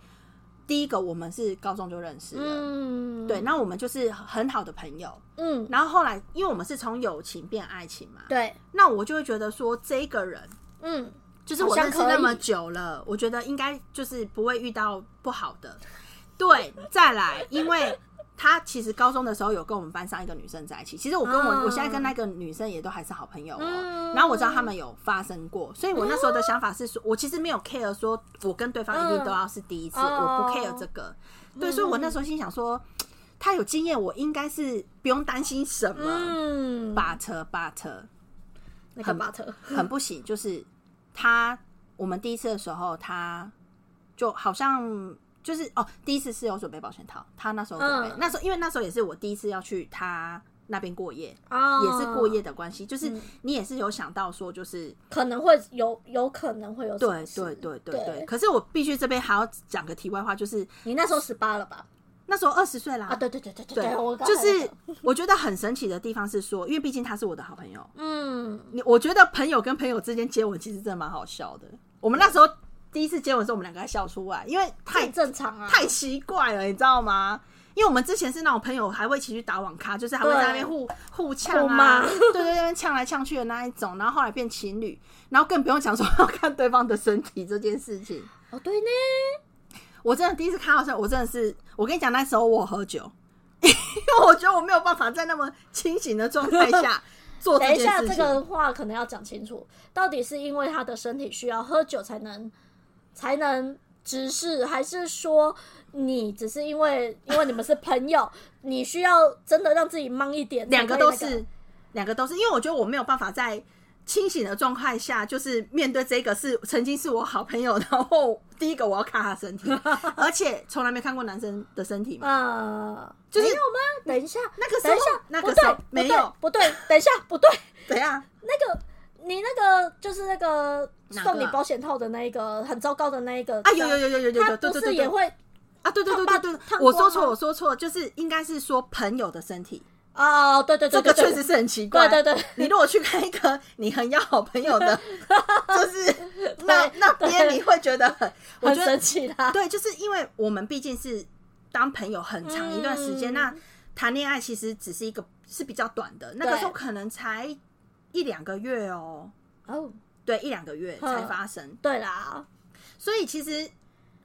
[SPEAKER 2] 第一个我们是高中就认识了，
[SPEAKER 1] 嗯，
[SPEAKER 2] 对，，那我们就是很好的朋友。
[SPEAKER 1] 嗯，
[SPEAKER 2] 然后后来，因为我们是从友情变爱情嘛，
[SPEAKER 1] 对，
[SPEAKER 2] 那我就会觉得说，这一个人
[SPEAKER 1] 嗯，
[SPEAKER 2] 就是
[SPEAKER 1] 好
[SPEAKER 2] 我
[SPEAKER 1] 像
[SPEAKER 2] 认识
[SPEAKER 1] 可
[SPEAKER 2] 那么
[SPEAKER 1] 以
[SPEAKER 2] 久了，我觉得应该就是不会遇到不好的。对，再来，因为他其实高中的时候有跟我们班上一个女生在一起，其实我跟我、
[SPEAKER 1] 嗯
[SPEAKER 2] 我现在跟那个女生也都还是好朋友哦、
[SPEAKER 1] 嗯
[SPEAKER 2] 然后我知道他们有发生过，所以我那时候的想法是说，我其实没有 care 说我跟对方一定都要是第一次，
[SPEAKER 1] 嗯
[SPEAKER 2] 我
[SPEAKER 1] 哦
[SPEAKER 2] 不 care 这个。对，所以我那时候心想说，他有经验，我应该是不用担心什么。
[SPEAKER 1] 嗯，
[SPEAKER 2] 巴车巴车，
[SPEAKER 1] 那个
[SPEAKER 2] 很
[SPEAKER 1] but，
[SPEAKER 2] 很不行，就是他我们第一次的时候，他就好像就是哦，第一次是有准备保险套，他那时候准备，
[SPEAKER 1] 嗯
[SPEAKER 2] 那时候因为那时候也是我第一次要去他那边过夜，
[SPEAKER 1] 哦
[SPEAKER 2] 也是过夜，的关系，就是
[SPEAKER 1] 嗯
[SPEAKER 2] 你也是有想到说就是。
[SPEAKER 1] 可能会有，有可能会有什
[SPEAKER 2] 对
[SPEAKER 1] 么事，
[SPEAKER 2] 对对对
[SPEAKER 1] 对
[SPEAKER 2] 对，可是我必须这边还要讲个题外话，就是
[SPEAKER 1] 你那时候十八了吧？
[SPEAKER 2] 那时候二十岁啦，
[SPEAKER 1] 啊，对对对对对
[SPEAKER 2] 对
[SPEAKER 1] 对，我，刚才
[SPEAKER 2] 就
[SPEAKER 1] 那
[SPEAKER 2] 是
[SPEAKER 1] 个
[SPEAKER 2] 我觉得很神奇的地方是说，因为毕竟他是我的好朋友，
[SPEAKER 1] 嗯，
[SPEAKER 2] 你我觉得朋友跟朋友之间接吻其实真的蛮好笑的。我们那时候第一次接吻的时候，我们两个还笑出来，因为
[SPEAKER 1] 太
[SPEAKER 2] 太
[SPEAKER 1] 正常啊，
[SPEAKER 2] (laughs) 太奇怪了，你知道吗？因为我们之前是那种朋友，还会一起去打网咖，就是还会在那边互互呛
[SPEAKER 1] 互
[SPEAKER 2] 啊
[SPEAKER 1] 骂，
[SPEAKER 2] 对对对，呛来呛去的那一种。然后后来变情侣，然后更不用讲说要看对方的身体这件事情。
[SPEAKER 1] 哦对呢，
[SPEAKER 2] 我真的第一次看到的时候，我真的是，我跟你讲，那时候我喝酒， (laughs) 因为我觉得我没有办法在那么清醒的状态
[SPEAKER 1] (laughs)
[SPEAKER 2] 下做这
[SPEAKER 1] 等
[SPEAKER 2] 件
[SPEAKER 1] 一
[SPEAKER 2] 事
[SPEAKER 1] 下，
[SPEAKER 2] 情。
[SPEAKER 1] 这个话可能要讲清楚，到底是因为他的身体需要喝酒才能才能直视，还是说你只是因为因为你们是朋友，你需要真的让自己忙一点？
[SPEAKER 2] 两
[SPEAKER 1] 个
[SPEAKER 2] 个都是，两个都是，因为我觉得我没有办法在清醒的状态下，就是面对这个是曾经是我好朋友，然后第一个我要看他身
[SPEAKER 1] (laughs)
[SPEAKER 2] 体，而且从来没看过男生的身体嘛。
[SPEAKER 1] 呃，
[SPEAKER 2] 就是
[SPEAKER 1] 没有吗？等一下，
[SPEAKER 2] 那个时
[SPEAKER 1] 等
[SPEAKER 2] 候
[SPEAKER 1] 一下，
[SPEAKER 2] 那
[SPEAKER 1] 不
[SPEAKER 2] 个
[SPEAKER 1] 对
[SPEAKER 2] 时候，没有，
[SPEAKER 1] 不对，不对，等一下，不对，啊
[SPEAKER 2] 怎样？
[SPEAKER 1] 那个。你那个就是那个
[SPEAKER 2] 哪
[SPEAKER 1] 送
[SPEAKER 2] 个
[SPEAKER 1] 你
[SPEAKER 2] 啊
[SPEAKER 1] 保险套的那一个很糟糕的那一个
[SPEAKER 2] 啊，有有有有有有
[SPEAKER 1] 他
[SPEAKER 2] 有，对
[SPEAKER 1] 不
[SPEAKER 2] 对
[SPEAKER 1] 是
[SPEAKER 2] 对
[SPEAKER 1] 也
[SPEAKER 2] 对。
[SPEAKER 1] 会
[SPEAKER 2] 啊，对对对对
[SPEAKER 1] 烫
[SPEAKER 2] 对
[SPEAKER 1] 吧，烫
[SPEAKER 2] 我
[SPEAKER 1] 光
[SPEAKER 2] 说错，
[SPEAKER 1] 吗
[SPEAKER 2] 我说错，就是应该是说朋友的身体，
[SPEAKER 1] 哦，对对
[SPEAKER 2] 这
[SPEAKER 1] 对，
[SPEAKER 2] 个
[SPEAKER 1] 对
[SPEAKER 2] 确
[SPEAKER 1] 对
[SPEAKER 2] 实是很奇怪。
[SPEAKER 1] 对对对， (laughs)
[SPEAKER 2] 你如果去看一个你很要好朋友的，就是那那边你会觉得很，我
[SPEAKER 1] 很
[SPEAKER 2] 觉
[SPEAKER 1] 生
[SPEAKER 2] 得
[SPEAKER 1] 气啦。
[SPEAKER 2] 对，就是因为我们毕竟是当朋友很长一段时间，
[SPEAKER 1] 嗯
[SPEAKER 2] 那谈恋爱其实只是一个是比较短的，那个
[SPEAKER 1] 对
[SPEAKER 2] 时候可能才一两个月哦，
[SPEAKER 1] 哦，
[SPEAKER 2] 对，一两个月才
[SPEAKER 1] 嗯
[SPEAKER 2] 发生，
[SPEAKER 1] 对啦，
[SPEAKER 2] 所以其实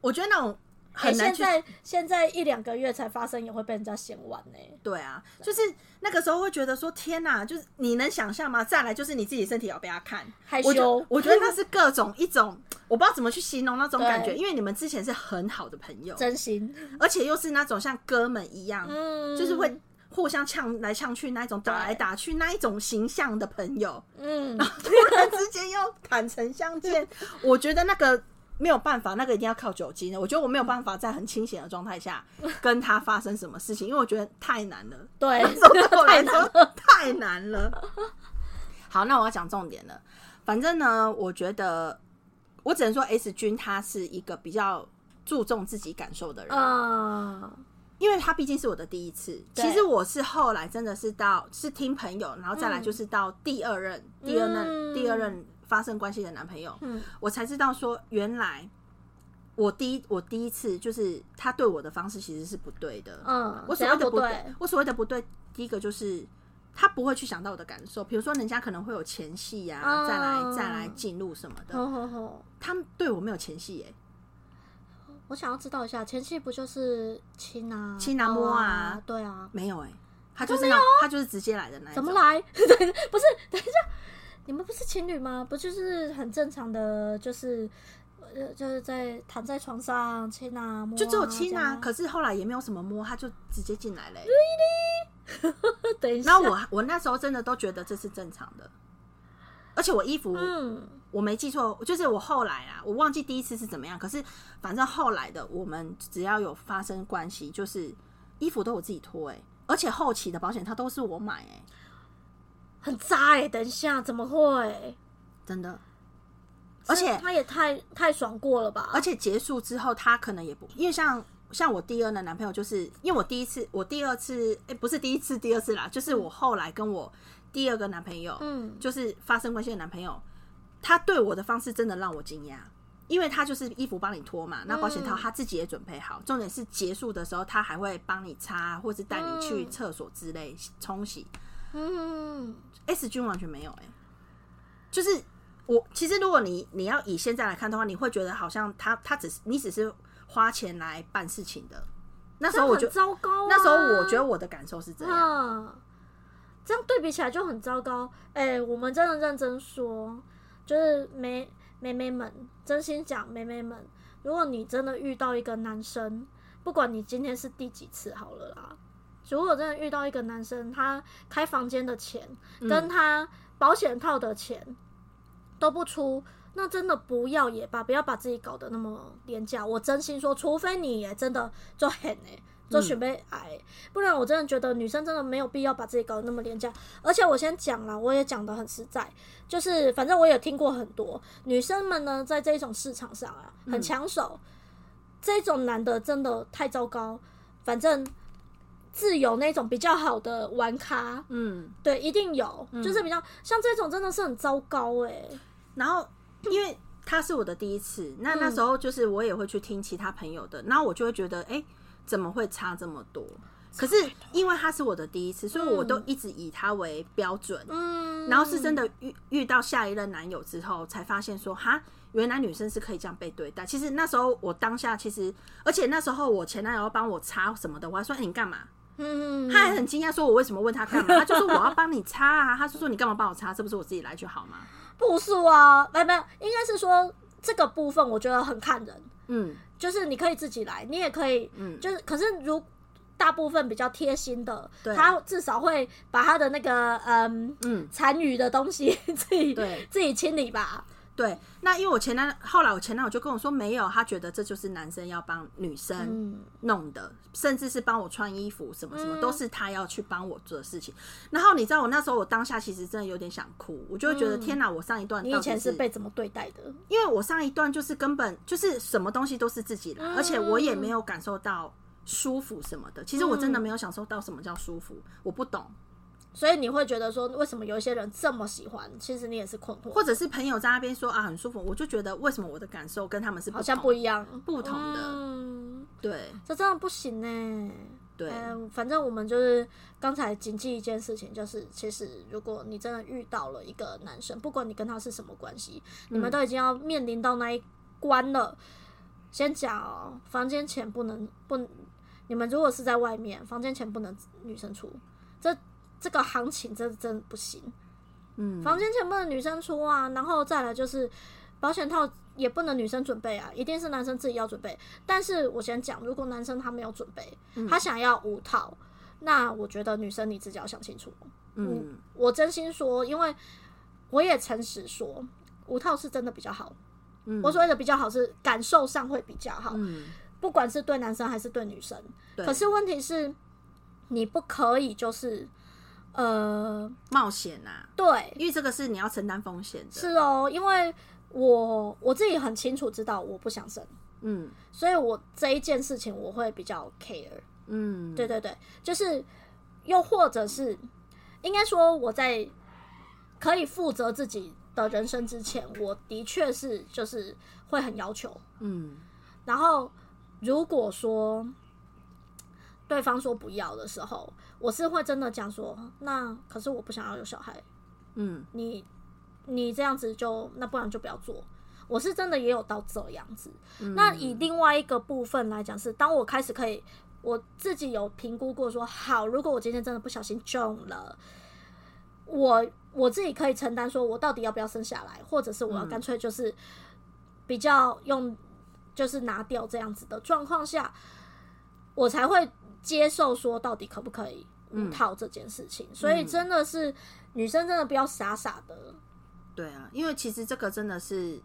[SPEAKER 2] 我觉得那种
[SPEAKER 1] 哎，
[SPEAKER 2] 很难
[SPEAKER 1] 现
[SPEAKER 2] 去
[SPEAKER 1] 在现在一两个月才发生，也会被人家嫌晚呢。
[SPEAKER 2] 对啊，就是那个时候会觉得说天哪、就是你能想象吗？再来就是你自己身体也要被他看，
[SPEAKER 1] 害
[SPEAKER 2] 我觉
[SPEAKER 1] 羞
[SPEAKER 2] 我觉得那是各种一种，我不知道怎么去形容那种感觉，
[SPEAKER 1] 对
[SPEAKER 2] 因为你们之前是很好的朋友，
[SPEAKER 1] 真心，
[SPEAKER 2] 而且又是那种像哥们一样，
[SPEAKER 1] 嗯，
[SPEAKER 2] 就是会互相呛来呛去那一种，打来打去那一种形象的
[SPEAKER 1] (laughs)
[SPEAKER 2] 朋友，
[SPEAKER 1] 嗯，
[SPEAKER 2] 突然之间要坦诚相
[SPEAKER 1] (laughs)
[SPEAKER 2] 见，我觉得那个。没有办法，那个一定要靠酒精的。我觉得我没有办法在很清醒的状态下跟他发生什么事情，因为我觉得太难了。 (laughs)
[SPEAKER 1] 对，
[SPEAKER 2] 对我来说太难了。 (laughs) 好，那我要讲重点了。反正呢，我觉得我只能说 S 君他是一个比较注重自己感受的人，
[SPEAKER 1] 啊，
[SPEAKER 2] 因为他毕竟是我的第一次。
[SPEAKER 1] 对
[SPEAKER 2] 其实我是后来真的是到是听朋友，然后再来
[SPEAKER 1] 嗯
[SPEAKER 2] 就是到第二任、第二
[SPEAKER 1] 嗯
[SPEAKER 2] 任、第二任发生关系的男朋友，
[SPEAKER 1] 嗯
[SPEAKER 2] 我才知道说原来。我第一我第一次就是他对我的方式其实是不对的，
[SPEAKER 1] 嗯，
[SPEAKER 2] 我
[SPEAKER 1] 怎
[SPEAKER 2] 所谓
[SPEAKER 1] 样
[SPEAKER 2] 的
[SPEAKER 1] 不
[SPEAKER 2] 不
[SPEAKER 1] 对
[SPEAKER 2] 对，，我所谓的不对，第一个就是他不会去想到我的感受，比如说人家可能会有前戏呀、
[SPEAKER 1] 哦
[SPEAKER 2] 再来再来进入什么的，
[SPEAKER 1] 吼吼吼。
[SPEAKER 2] 他们对我没有前戏耶、
[SPEAKER 1] 我想要知道一下，前期不就是亲啊、
[SPEAKER 2] 亲啊摸啊
[SPEAKER 1] 啊，对啊，
[SPEAKER 2] 没有哎、他就是那种他就是直接来的那一
[SPEAKER 1] 哦怎么
[SPEAKER 2] 种。
[SPEAKER 1] 来？ (laughs) 对不是，等一下，你们不是情侣吗？不就是很正常的，就是呃，就是在躺在床上亲啊，摸啊
[SPEAKER 2] 就只有亲啊，
[SPEAKER 1] 这样
[SPEAKER 2] 可是后来也没有什么摸，他就直接进来嘞、
[SPEAKER 1] 等一下，
[SPEAKER 2] 然后我我那时候真的都觉得这是正常的，而且我衣服、
[SPEAKER 1] 嗯
[SPEAKER 2] 我没记错，就是我后来啊，我忘记第一次是怎么样，可是反正后来的我们只要有发生关系，就是衣服都我自己脱哎、而且后期的保险套都是我买哎、
[SPEAKER 1] 很渣哎、等一下怎么会？
[SPEAKER 2] 真的。而且
[SPEAKER 1] 他也太太爽过了吧？
[SPEAKER 2] 而且结束之后，他可能也不，因为像像我第二任男朋友，就是因为我第一次，我第二次哎、不是第一次，第二次啦，就是我后来跟我第二个男朋友，
[SPEAKER 1] 嗯
[SPEAKER 2] 就是发生关系的男朋友，他对我的方式真的让我惊讶，因为他就是衣服帮你脱嘛，那保险套
[SPEAKER 1] 嗯
[SPEAKER 2] 他自己也准备好，重点是结束的时候他还会帮你擦，或是带你去
[SPEAKER 1] 嗯
[SPEAKER 2] 厕所之类冲洗。
[SPEAKER 1] 嗯，
[SPEAKER 2] S 君完全没有哎、就是我其实如果你你要以现在来看的话，你会觉得好像他他只是你只是花钱来办事情的。那时候我
[SPEAKER 1] 这
[SPEAKER 2] 就、
[SPEAKER 1] 样很糟糕啊、
[SPEAKER 2] 那时候我觉得我的感受是这样，
[SPEAKER 1] 嗯，这样对比起来就很糟糕。哎、我们真的认真说，就是妹妹妹们，真心讲，妹妹们，如果你真的遇到一个男生，不管你今天是第几次好了啦，如果真的遇到一个男生，他开房间嗯的钱
[SPEAKER 2] 嗯
[SPEAKER 1] 跟他保险套的钱都不出。那真的不要也罢，不要把自己搞得那么廉价。我真心说，除非你也真的就很哎、就准备矮、不然我真的觉得女生真的没有必要把自己搞得那么廉价。而且我先讲了，我也讲的很实在，就是反正我也听过很多女生们呢，在这种市场上啊，很抢手，这种男的真的太糟糕。反正自有那种比较好的玩咖，
[SPEAKER 2] 嗯，
[SPEAKER 1] 对，一定有，就是比较像这种真的是很糟糕哎、
[SPEAKER 2] 然后因为他是我的第一次，
[SPEAKER 1] 嗯
[SPEAKER 2] 那那时候就是我也会去听其他朋友的，然后我就会觉得，哎、怎么会差这么多？可是因为他是我的第一次，所以我都一直以他为标准。
[SPEAKER 1] 嗯，
[SPEAKER 2] 然后是真的遇遇到下一任男友之后，才发现说，哈，原来女生是可以这样被对待。其实那时候我当下其实，而且那时候我前男友要帮我擦什么的，我还说、哎你干嘛？
[SPEAKER 1] 嗯，
[SPEAKER 2] 他还很惊讶说，我为什么问他干嘛？他就说我要帮你擦啊，他就说你干嘛帮我擦？这不是我自己来就好吗？
[SPEAKER 1] 不是啊，没有没有，应该是说这个部分我觉得很看人。
[SPEAKER 2] 嗯，
[SPEAKER 1] 就是你可以自己来，你也可以，
[SPEAKER 2] 嗯
[SPEAKER 1] 就是可是如大部分比较贴心的，
[SPEAKER 2] 对
[SPEAKER 1] 他至少会把他的那个嗯
[SPEAKER 2] 嗯
[SPEAKER 1] 残余的东西 (laughs) 自己
[SPEAKER 2] 对
[SPEAKER 1] 自己清理吧。
[SPEAKER 2] 对，那因为我前男后来我前男友就跟我说没有，他觉得这就是男生要帮女生
[SPEAKER 1] 嗯，
[SPEAKER 2] 弄的，甚至是帮我穿衣服什么什么，
[SPEAKER 1] 嗯
[SPEAKER 2] 都是他要去帮我做的事情。然后你知道我那时候我当下其实真的有点想哭，我就会觉得、
[SPEAKER 1] 嗯
[SPEAKER 2] 天哪，我上一段
[SPEAKER 1] 你
[SPEAKER 2] 到
[SPEAKER 1] 以
[SPEAKER 2] 底
[SPEAKER 1] 前
[SPEAKER 2] 是
[SPEAKER 1] 是被怎么对待的？
[SPEAKER 2] 因为我上一段就是根本就是什么东西都是自己来，
[SPEAKER 1] 嗯嗯
[SPEAKER 2] 而且我也没有感受到舒服什么的。其实我真的没有享受到什么叫舒服，我不懂，
[SPEAKER 1] 所以你会觉得说，为什么有一些人这么喜欢？其实你也是困惑，
[SPEAKER 2] 或者是朋友在那边说啊很舒服，我就觉得为什么我的感受跟他们是不
[SPEAKER 1] 好像
[SPEAKER 2] 同
[SPEAKER 1] 不一样，
[SPEAKER 2] 不同的
[SPEAKER 1] 嗯，
[SPEAKER 2] 对
[SPEAKER 1] 这真的不行呢、
[SPEAKER 2] 对、
[SPEAKER 1] 嗯，反正我们就是刚才谨记一件事情，就是其实如果你真的遇到了一个男生，不管你跟他是什么关系，
[SPEAKER 2] 嗯
[SPEAKER 1] 你们都已经要面临到那一关了。先讲哦，房间钱不能不，你们如果是在外面，房间钱不能女生出，这这个行情这真的不行。
[SPEAKER 2] 嗯，
[SPEAKER 1] 房间钱不能女生出啊，然后再来就是保险套也不能女生准备啊，一定是男生自己要准备。但是我先讲，如果男生他没有准备，
[SPEAKER 2] 嗯
[SPEAKER 1] 他想要五套，那我觉得女生你自己要想清楚。
[SPEAKER 2] 嗯
[SPEAKER 1] 我真心说，因为我也诚实说，五套是真的比较好。
[SPEAKER 2] 嗯
[SPEAKER 1] 我所谓的比较好是感受上会比较好，
[SPEAKER 2] 嗯
[SPEAKER 1] 不管是对男生还是对女生。
[SPEAKER 2] 对
[SPEAKER 1] 可是问题是，你不可以就是呃，
[SPEAKER 2] 冒险呐、
[SPEAKER 1] 对，
[SPEAKER 2] 因为这个是你要承担风险的，
[SPEAKER 1] 是哦，因为我我自己很清楚知道我不想生，
[SPEAKER 2] 嗯
[SPEAKER 1] 所以我这一件事情我会比较 care。
[SPEAKER 2] 嗯
[SPEAKER 1] 对对对，就是又或者是应该说我在可以负责自己的人生之前，我的确是就是会很要求。
[SPEAKER 2] 嗯
[SPEAKER 1] 然后如果说对方说不要的时候，我是会真的讲说，那可是我不想要有小孩，
[SPEAKER 2] 嗯
[SPEAKER 1] 你你这样子就那不然就不要做。我是真的也有到这样子。
[SPEAKER 2] 嗯
[SPEAKER 1] 那以另外一个部分来讲是，当我开始可以我自己有评估过说，好，如果我今天真的不小心中了，我我自己可以承担，说我到底要不要生下来，或者是
[SPEAKER 2] 嗯
[SPEAKER 1] 我要干脆就是比较用就是拿掉这样子的状况下，我才会接受说到底可不可以
[SPEAKER 2] 嗯
[SPEAKER 1] 无套这件事情。所以真的是女生真的不要傻傻的，
[SPEAKER 2] 对啊，因为其实这个真的是。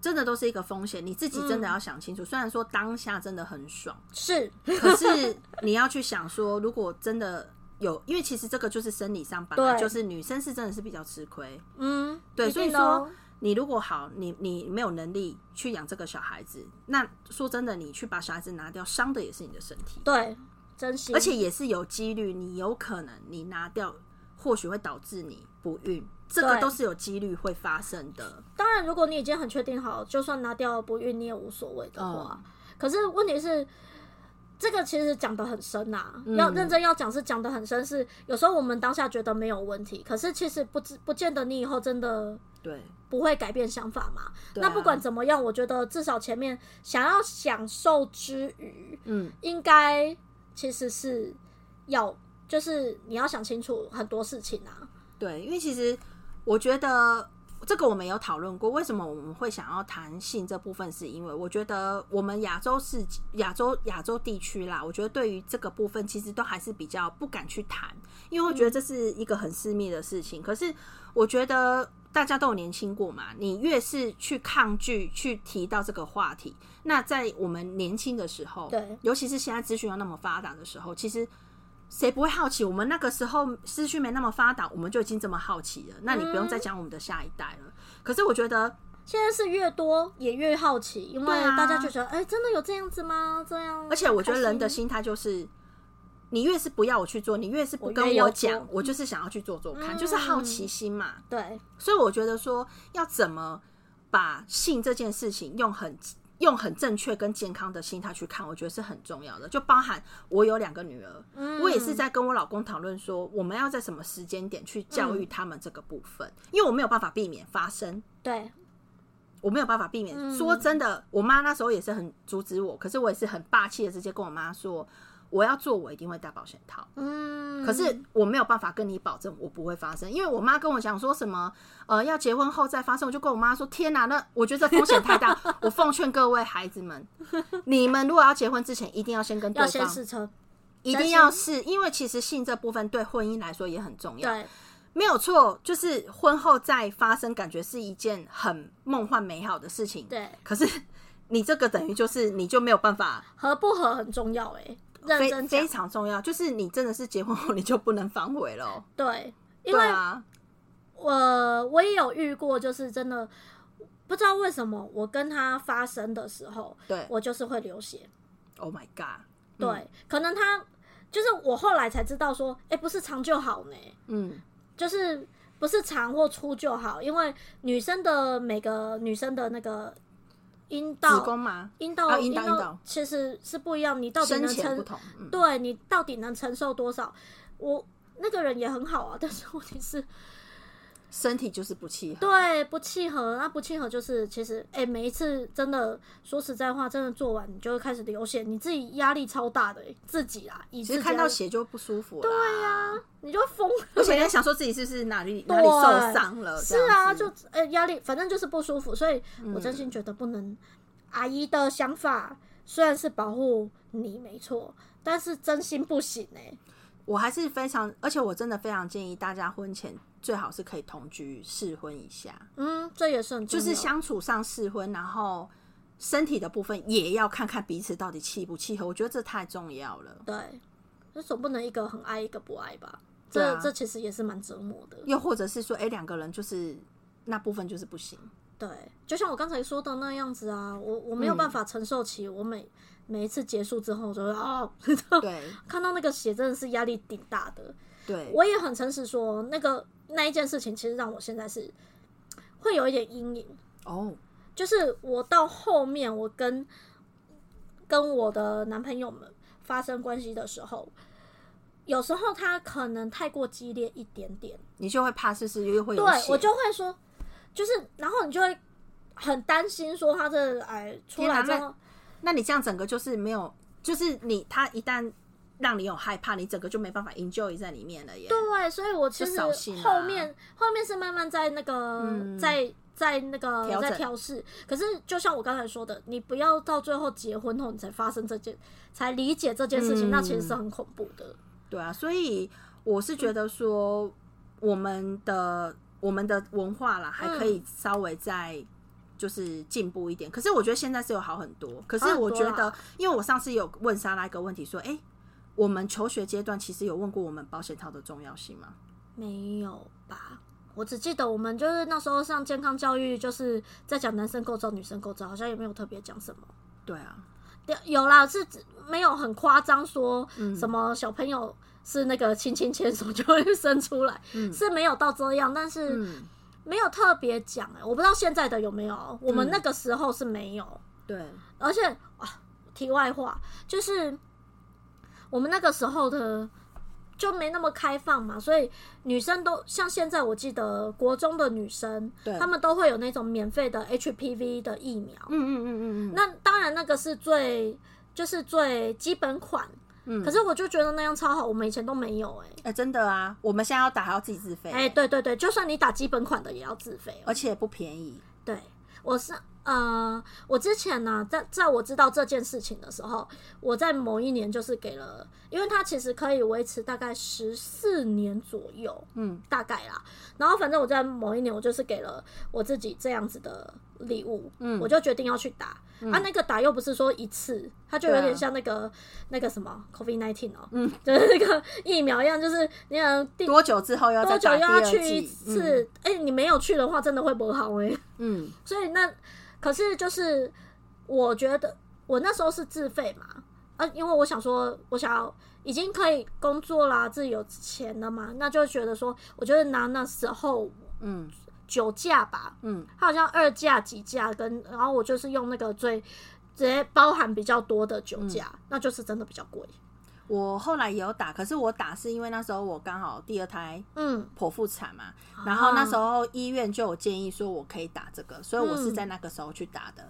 [SPEAKER 2] 真的都是一个风险，你自己真的要想清楚。虽然说当下真的很爽，
[SPEAKER 1] 是
[SPEAKER 2] 可 (laughs) 是你要去想说，如果真的有，因为其实这个就是生理上本来
[SPEAKER 1] 对
[SPEAKER 2] 就是女生是真的是比较吃亏。
[SPEAKER 1] 嗯，
[SPEAKER 2] 对，
[SPEAKER 1] 一
[SPEAKER 2] 所以
[SPEAKER 1] 定哦
[SPEAKER 2] 说你如果好，你你没有能力去养这个小孩子，那说真的，你去把小孩子拿掉，伤的也是你的身体，
[SPEAKER 1] 对，真心，
[SPEAKER 2] 而且也是有几率，你有可能你拿掉，或许会导致你不孕，这个
[SPEAKER 1] 对
[SPEAKER 2] 都是有几率会发生的。
[SPEAKER 1] 当然，如果你已经很确定好，就算拿掉不孕，你也无所谓的话。
[SPEAKER 2] 嗯
[SPEAKER 1] 可是问题是，这个其实讲的很深呐、
[SPEAKER 2] 嗯
[SPEAKER 1] 要认真要讲是讲的很深，是有时候我们当下觉得没有问题，可是其实不知不见得你以后真的
[SPEAKER 2] 对，
[SPEAKER 1] 不会改变想法嘛。
[SPEAKER 2] 对啊
[SPEAKER 1] 那不管怎么样，我觉得至少前面想要享受之余，
[SPEAKER 2] 嗯，
[SPEAKER 1] 应该其实是要就是你要想清楚很多事情啊。
[SPEAKER 2] 对，因为其实我觉得这个我们有讨论过，为什么我们会想要谈性这部分，是因为我觉得我们亚洲是亚洲亚洲地区啦，我觉得对于这个部分其实都还是比较不敢去谈，因为我觉得这是一个很私密的事情。可是我觉得。大家都有年轻过嘛，你越是去抗拒去提到这个话题，那在我们年轻的时候，
[SPEAKER 1] 对，
[SPEAKER 2] 尤其是现在资讯又那么发达的时候，其实谁不会好奇？我们那个时候资讯没那么发达，我们就已经这么好奇了。那你不用
[SPEAKER 1] 嗯
[SPEAKER 2] 再讲我们的下一代了。可是我觉得，
[SPEAKER 1] 现在是越多也越好奇，因为
[SPEAKER 2] 对啊
[SPEAKER 1] 大家就觉得，哎、真的有这样子吗？这样，
[SPEAKER 2] 而且我觉得人的
[SPEAKER 1] 开心
[SPEAKER 2] 心态就是，你越是不要我去做，你越是不
[SPEAKER 1] 我
[SPEAKER 2] 跟
[SPEAKER 1] 越要嗯
[SPEAKER 2] 我
[SPEAKER 1] 做
[SPEAKER 2] 讲，我就是想要去做做看，就是好奇心嘛。
[SPEAKER 1] 对，
[SPEAKER 2] 所以我觉得说，要怎么把性这件事情用很用很正确跟健康的心态去看，我觉得是很重要的。就包含我有两个女儿，
[SPEAKER 1] 嗯
[SPEAKER 2] 我也是在跟我老公讨论说，我们要在什么时间点去教
[SPEAKER 1] 嗯
[SPEAKER 2] 育他们这个部分，因为我没有办法避免发生。
[SPEAKER 1] 对，
[SPEAKER 2] 我没有办法避免。
[SPEAKER 1] 嗯
[SPEAKER 2] 说真的，我妈那时候也是很阻止我，可是我也是很霸气的直接跟我妈说，我要做，我一定会戴保险套。
[SPEAKER 1] 嗯，
[SPEAKER 2] 可是我没有办法跟你保证我不会发生，因为我妈跟我讲说什么，呃，要结婚后再发生，我就跟我妈说，天哪、那我觉得这风险太大。 (laughs) 我奉劝各位孩子们，你们如果要结婚之前，一定要先跟对
[SPEAKER 1] 要先
[SPEAKER 2] 方，
[SPEAKER 1] 试车，
[SPEAKER 2] 一定要试，因为其实性这部分对婚姻来说也很重要。
[SPEAKER 1] 对，
[SPEAKER 2] 没有错，就是婚后再发生，感觉是一件很梦幻美好的事情。
[SPEAKER 1] 对，
[SPEAKER 2] 可是你这个等于就是你就没有办法
[SPEAKER 1] 合不合很重要哎、认
[SPEAKER 2] 非
[SPEAKER 1] 真
[SPEAKER 2] 非
[SPEAKER 1] 讲，
[SPEAKER 2] 常重要，就是你真的是结婚后你就不能反悔了哦。
[SPEAKER 1] 对，因
[SPEAKER 2] 对
[SPEAKER 1] 为
[SPEAKER 2] 啊，
[SPEAKER 1] 我、我也有遇过，就是真的不知道为什么，我跟他发生的时候，
[SPEAKER 2] 对
[SPEAKER 1] 我就是会流血。
[SPEAKER 2] ，Oh my god，
[SPEAKER 1] 对，可能他就是我后来才知道说，哎、不是长就好呢，
[SPEAKER 2] 嗯，
[SPEAKER 1] 就是不是长或粗就好，因为女生的每个女生的那个阴
[SPEAKER 2] 子
[SPEAKER 1] 道、
[SPEAKER 2] 宫嘛，
[SPEAKER 1] 阴道、
[SPEAKER 2] 啊阴道阴道
[SPEAKER 1] 其实是不一样，你到底
[SPEAKER 2] 深
[SPEAKER 1] 能
[SPEAKER 2] 浅不
[SPEAKER 1] 承
[SPEAKER 2] 同，嗯，
[SPEAKER 1] 对你到底能承受多少？我那个人也很好啊，但是问题是， (laughs)
[SPEAKER 2] 身体就是不契合。
[SPEAKER 1] 对不契合，那不契合就是其实，哎、每一次真的说实在话，真的做完你就会开始流血，你自己压力超大的、哎自己啦，以
[SPEAKER 2] 其
[SPEAKER 1] 自
[SPEAKER 2] 实
[SPEAKER 1] 己
[SPEAKER 2] 看
[SPEAKER 1] 压
[SPEAKER 2] 到
[SPEAKER 1] 力
[SPEAKER 2] 血就不舒服了。对呀、
[SPEAKER 1] 你就会疯。
[SPEAKER 2] 而且你还想说自己是不是哪里哪里受伤了？
[SPEAKER 1] 是
[SPEAKER 2] 这
[SPEAKER 1] 啊，
[SPEAKER 2] 样子
[SPEAKER 1] 就呃压、力，反正就是不舒服，所以我真心觉得不能。阿姨的想法虽然是保护你没错，但是真心不行哎、
[SPEAKER 2] 我还是非常，而且我真的非常建议大家婚前最好是可以同居试婚一下，
[SPEAKER 1] 嗯，这也是很重
[SPEAKER 2] 就
[SPEAKER 1] 要
[SPEAKER 2] 是相处上试婚，然后身体的部分也要看看彼此到底契不契合。我觉得这太重要了。
[SPEAKER 1] 对，那总不能一个很爱一个不爱吧？
[SPEAKER 2] 对
[SPEAKER 1] 这、
[SPEAKER 2] 啊
[SPEAKER 1] 这其实也是蛮折磨的。
[SPEAKER 2] 又或者是说，哎、两个人就是那部分就是不行。
[SPEAKER 1] 对，就像我刚才说的那样子啊，我我没有
[SPEAKER 2] 嗯
[SPEAKER 1] 办法承受起，我每每一次结束之后，我就会啊，
[SPEAKER 2] 对
[SPEAKER 1] (laughs) 看到那个血真的是压力挺大的。
[SPEAKER 2] 对，
[SPEAKER 1] 我也很诚实说，那个那一件事情，其实让我现在是会有一点阴影。
[SPEAKER 2] 哦，
[SPEAKER 1] 就是我到后面，我跟跟我的男朋友们发生关系的时候，有时候他可能太过激烈一点点，
[SPEAKER 2] 你就会怕是不是又会有
[SPEAKER 1] 对
[SPEAKER 2] 血
[SPEAKER 1] 我就会说，就是然后你就会很担心说他这哎出
[SPEAKER 2] 天哪
[SPEAKER 1] 来之
[SPEAKER 2] 那
[SPEAKER 1] 后，
[SPEAKER 2] 那你这样整个就是没有，就是你他一旦让你有害怕，你整个就没办法 enjoy 在里面了耶。
[SPEAKER 1] 对，所以我其
[SPEAKER 2] 就
[SPEAKER 1] 实
[SPEAKER 2] 扫兴啊
[SPEAKER 1] 后面、后面是慢慢在那个、
[SPEAKER 2] 嗯
[SPEAKER 1] 在在那个
[SPEAKER 2] 调整
[SPEAKER 1] 在调试，可是就像我刚才说的，你不要到最后结婚后你才发生这件，才理解这件事情，
[SPEAKER 2] 嗯
[SPEAKER 1] 那其实是很恐怖的。
[SPEAKER 2] 对啊，所以我是
[SPEAKER 1] 嗯
[SPEAKER 2] 觉得说，我们的我们的文化啦，还
[SPEAKER 1] 嗯
[SPEAKER 2] 可以稍微再就是进步一点。可是我觉得现在是有好很多。可是我觉
[SPEAKER 1] 啊好很多
[SPEAKER 2] 得，因为我上次有问莎拉一个问题，说，哎、我们求学阶段其实有问过我们保险套的重要性吗？
[SPEAKER 1] 没有吧？我只记得我们就是那时候上健康教育，就是在讲男生构造、女生构造，好像也没有特别讲什么。
[SPEAKER 2] 对啊，
[SPEAKER 1] 对有啦，是没有很夸张说
[SPEAKER 2] 嗯
[SPEAKER 1] 什么小朋友是那个轻轻牵手就会生出来，是没有到这样，但是
[SPEAKER 2] 嗯，
[SPEAKER 1] 没有特别讲、欸。我不知道现在的有没有，我们那个时候是没有。
[SPEAKER 2] 对，
[SPEAKER 1] 而且啊，题外话就是我们那个时候的就没那么开放嘛，所以女生都像现在，我记得国中的女生
[SPEAKER 2] 对，
[SPEAKER 1] 她们都会有那种免费的 HPV 的疫苗。
[SPEAKER 2] 嗯嗯嗯嗯嗯，
[SPEAKER 1] 那当然，那个是最就是最基本款。
[SPEAKER 2] 嗯
[SPEAKER 1] 可是我就觉得那样超好，我们以前都没有哎、
[SPEAKER 2] 哎、真的啊，我们现在要打还要自己自费、
[SPEAKER 1] 哎、对对对，就算你打基本款的也要自费哦、
[SPEAKER 2] 而且不便宜。
[SPEAKER 1] 对，我是呃，我之前呢、在在我知道这件事情的时候，我在某一年就是给了，因为它其实可以维持大概十四年左右，
[SPEAKER 2] 嗯，
[SPEAKER 1] 大概啦。然后反正我在某一年，我就是给了我自己这样子的礼物，
[SPEAKER 2] 嗯
[SPEAKER 1] 我就决定要去打。啊，那个打又不是说一次，它就有
[SPEAKER 2] 对啊
[SPEAKER 1] 点像那个、那个什么 COVID nineteen 哦，
[SPEAKER 2] 嗯，
[SPEAKER 1] 就是那个疫苗一样，就是你想定
[SPEAKER 2] 多久之后又要
[SPEAKER 1] 多
[SPEAKER 2] 再
[SPEAKER 1] 久
[SPEAKER 2] 打
[SPEAKER 1] 又
[SPEAKER 2] 第
[SPEAKER 1] 要
[SPEAKER 2] 二
[SPEAKER 1] 去一
[SPEAKER 2] 剂？
[SPEAKER 1] 次？哎、你没有去的话，真的会不好哎、
[SPEAKER 2] 嗯，嗯，
[SPEAKER 1] 所以那可是就是我觉得我那时候是自费嘛，啊，因为我想说，我想要已经可以工作啦，自己有钱了嘛，那就觉得说，我觉得拿那时候
[SPEAKER 2] 嗯
[SPEAKER 1] 酒驾吧，
[SPEAKER 2] 嗯，
[SPEAKER 1] 它好像二价几价跟，然后我就是用那个最直接包含比较多的酒驾，那就是真的比较贵。
[SPEAKER 2] 我后来也有打，可是我打是因为那时候我刚好第二胎
[SPEAKER 1] 嗯，
[SPEAKER 2] 剖腹产嘛，
[SPEAKER 1] 啊
[SPEAKER 2] 然后那时候医院就有建议说我可以打这个，所以我是
[SPEAKER 1] 嗯
[SPEAKER 2] 在那个时候去打的。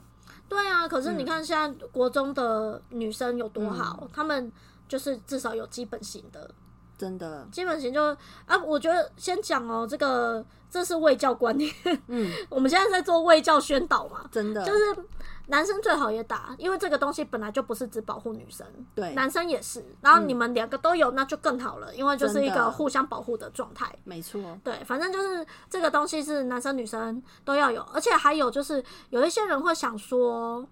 [SPEAKER 1] 对啊，可是你看现在国中的女生有多好，她们就是至少有基本型的，
[SPEAKER 2] 真的，
[SPEAKER 1] 基本型就啊，我觉得先讲哦，这个这是卫教观念，
[SPEAKER 2] 嗯，
[SPEAKER 1] 我们现在在做卫教宣导嘛，
[SPEAKER 2] 真的，
[SPEAKER 1] 就是男生最好也打，因为这个东西本来就不是只保护女生，
[SPEAKER 2] 对，
[SPEAKER 1] 男生也是。然后你们两个都有，那就更好了，因为就是一
[SPEAKER 2] 真的
[SPEAKER 1] 个互相保护的状态。
[SPEAKER 2] 没错，
[SPEAKER 1] 对，反正就是这个东西是男生女生都要有，而且还有就是有一些人会想说，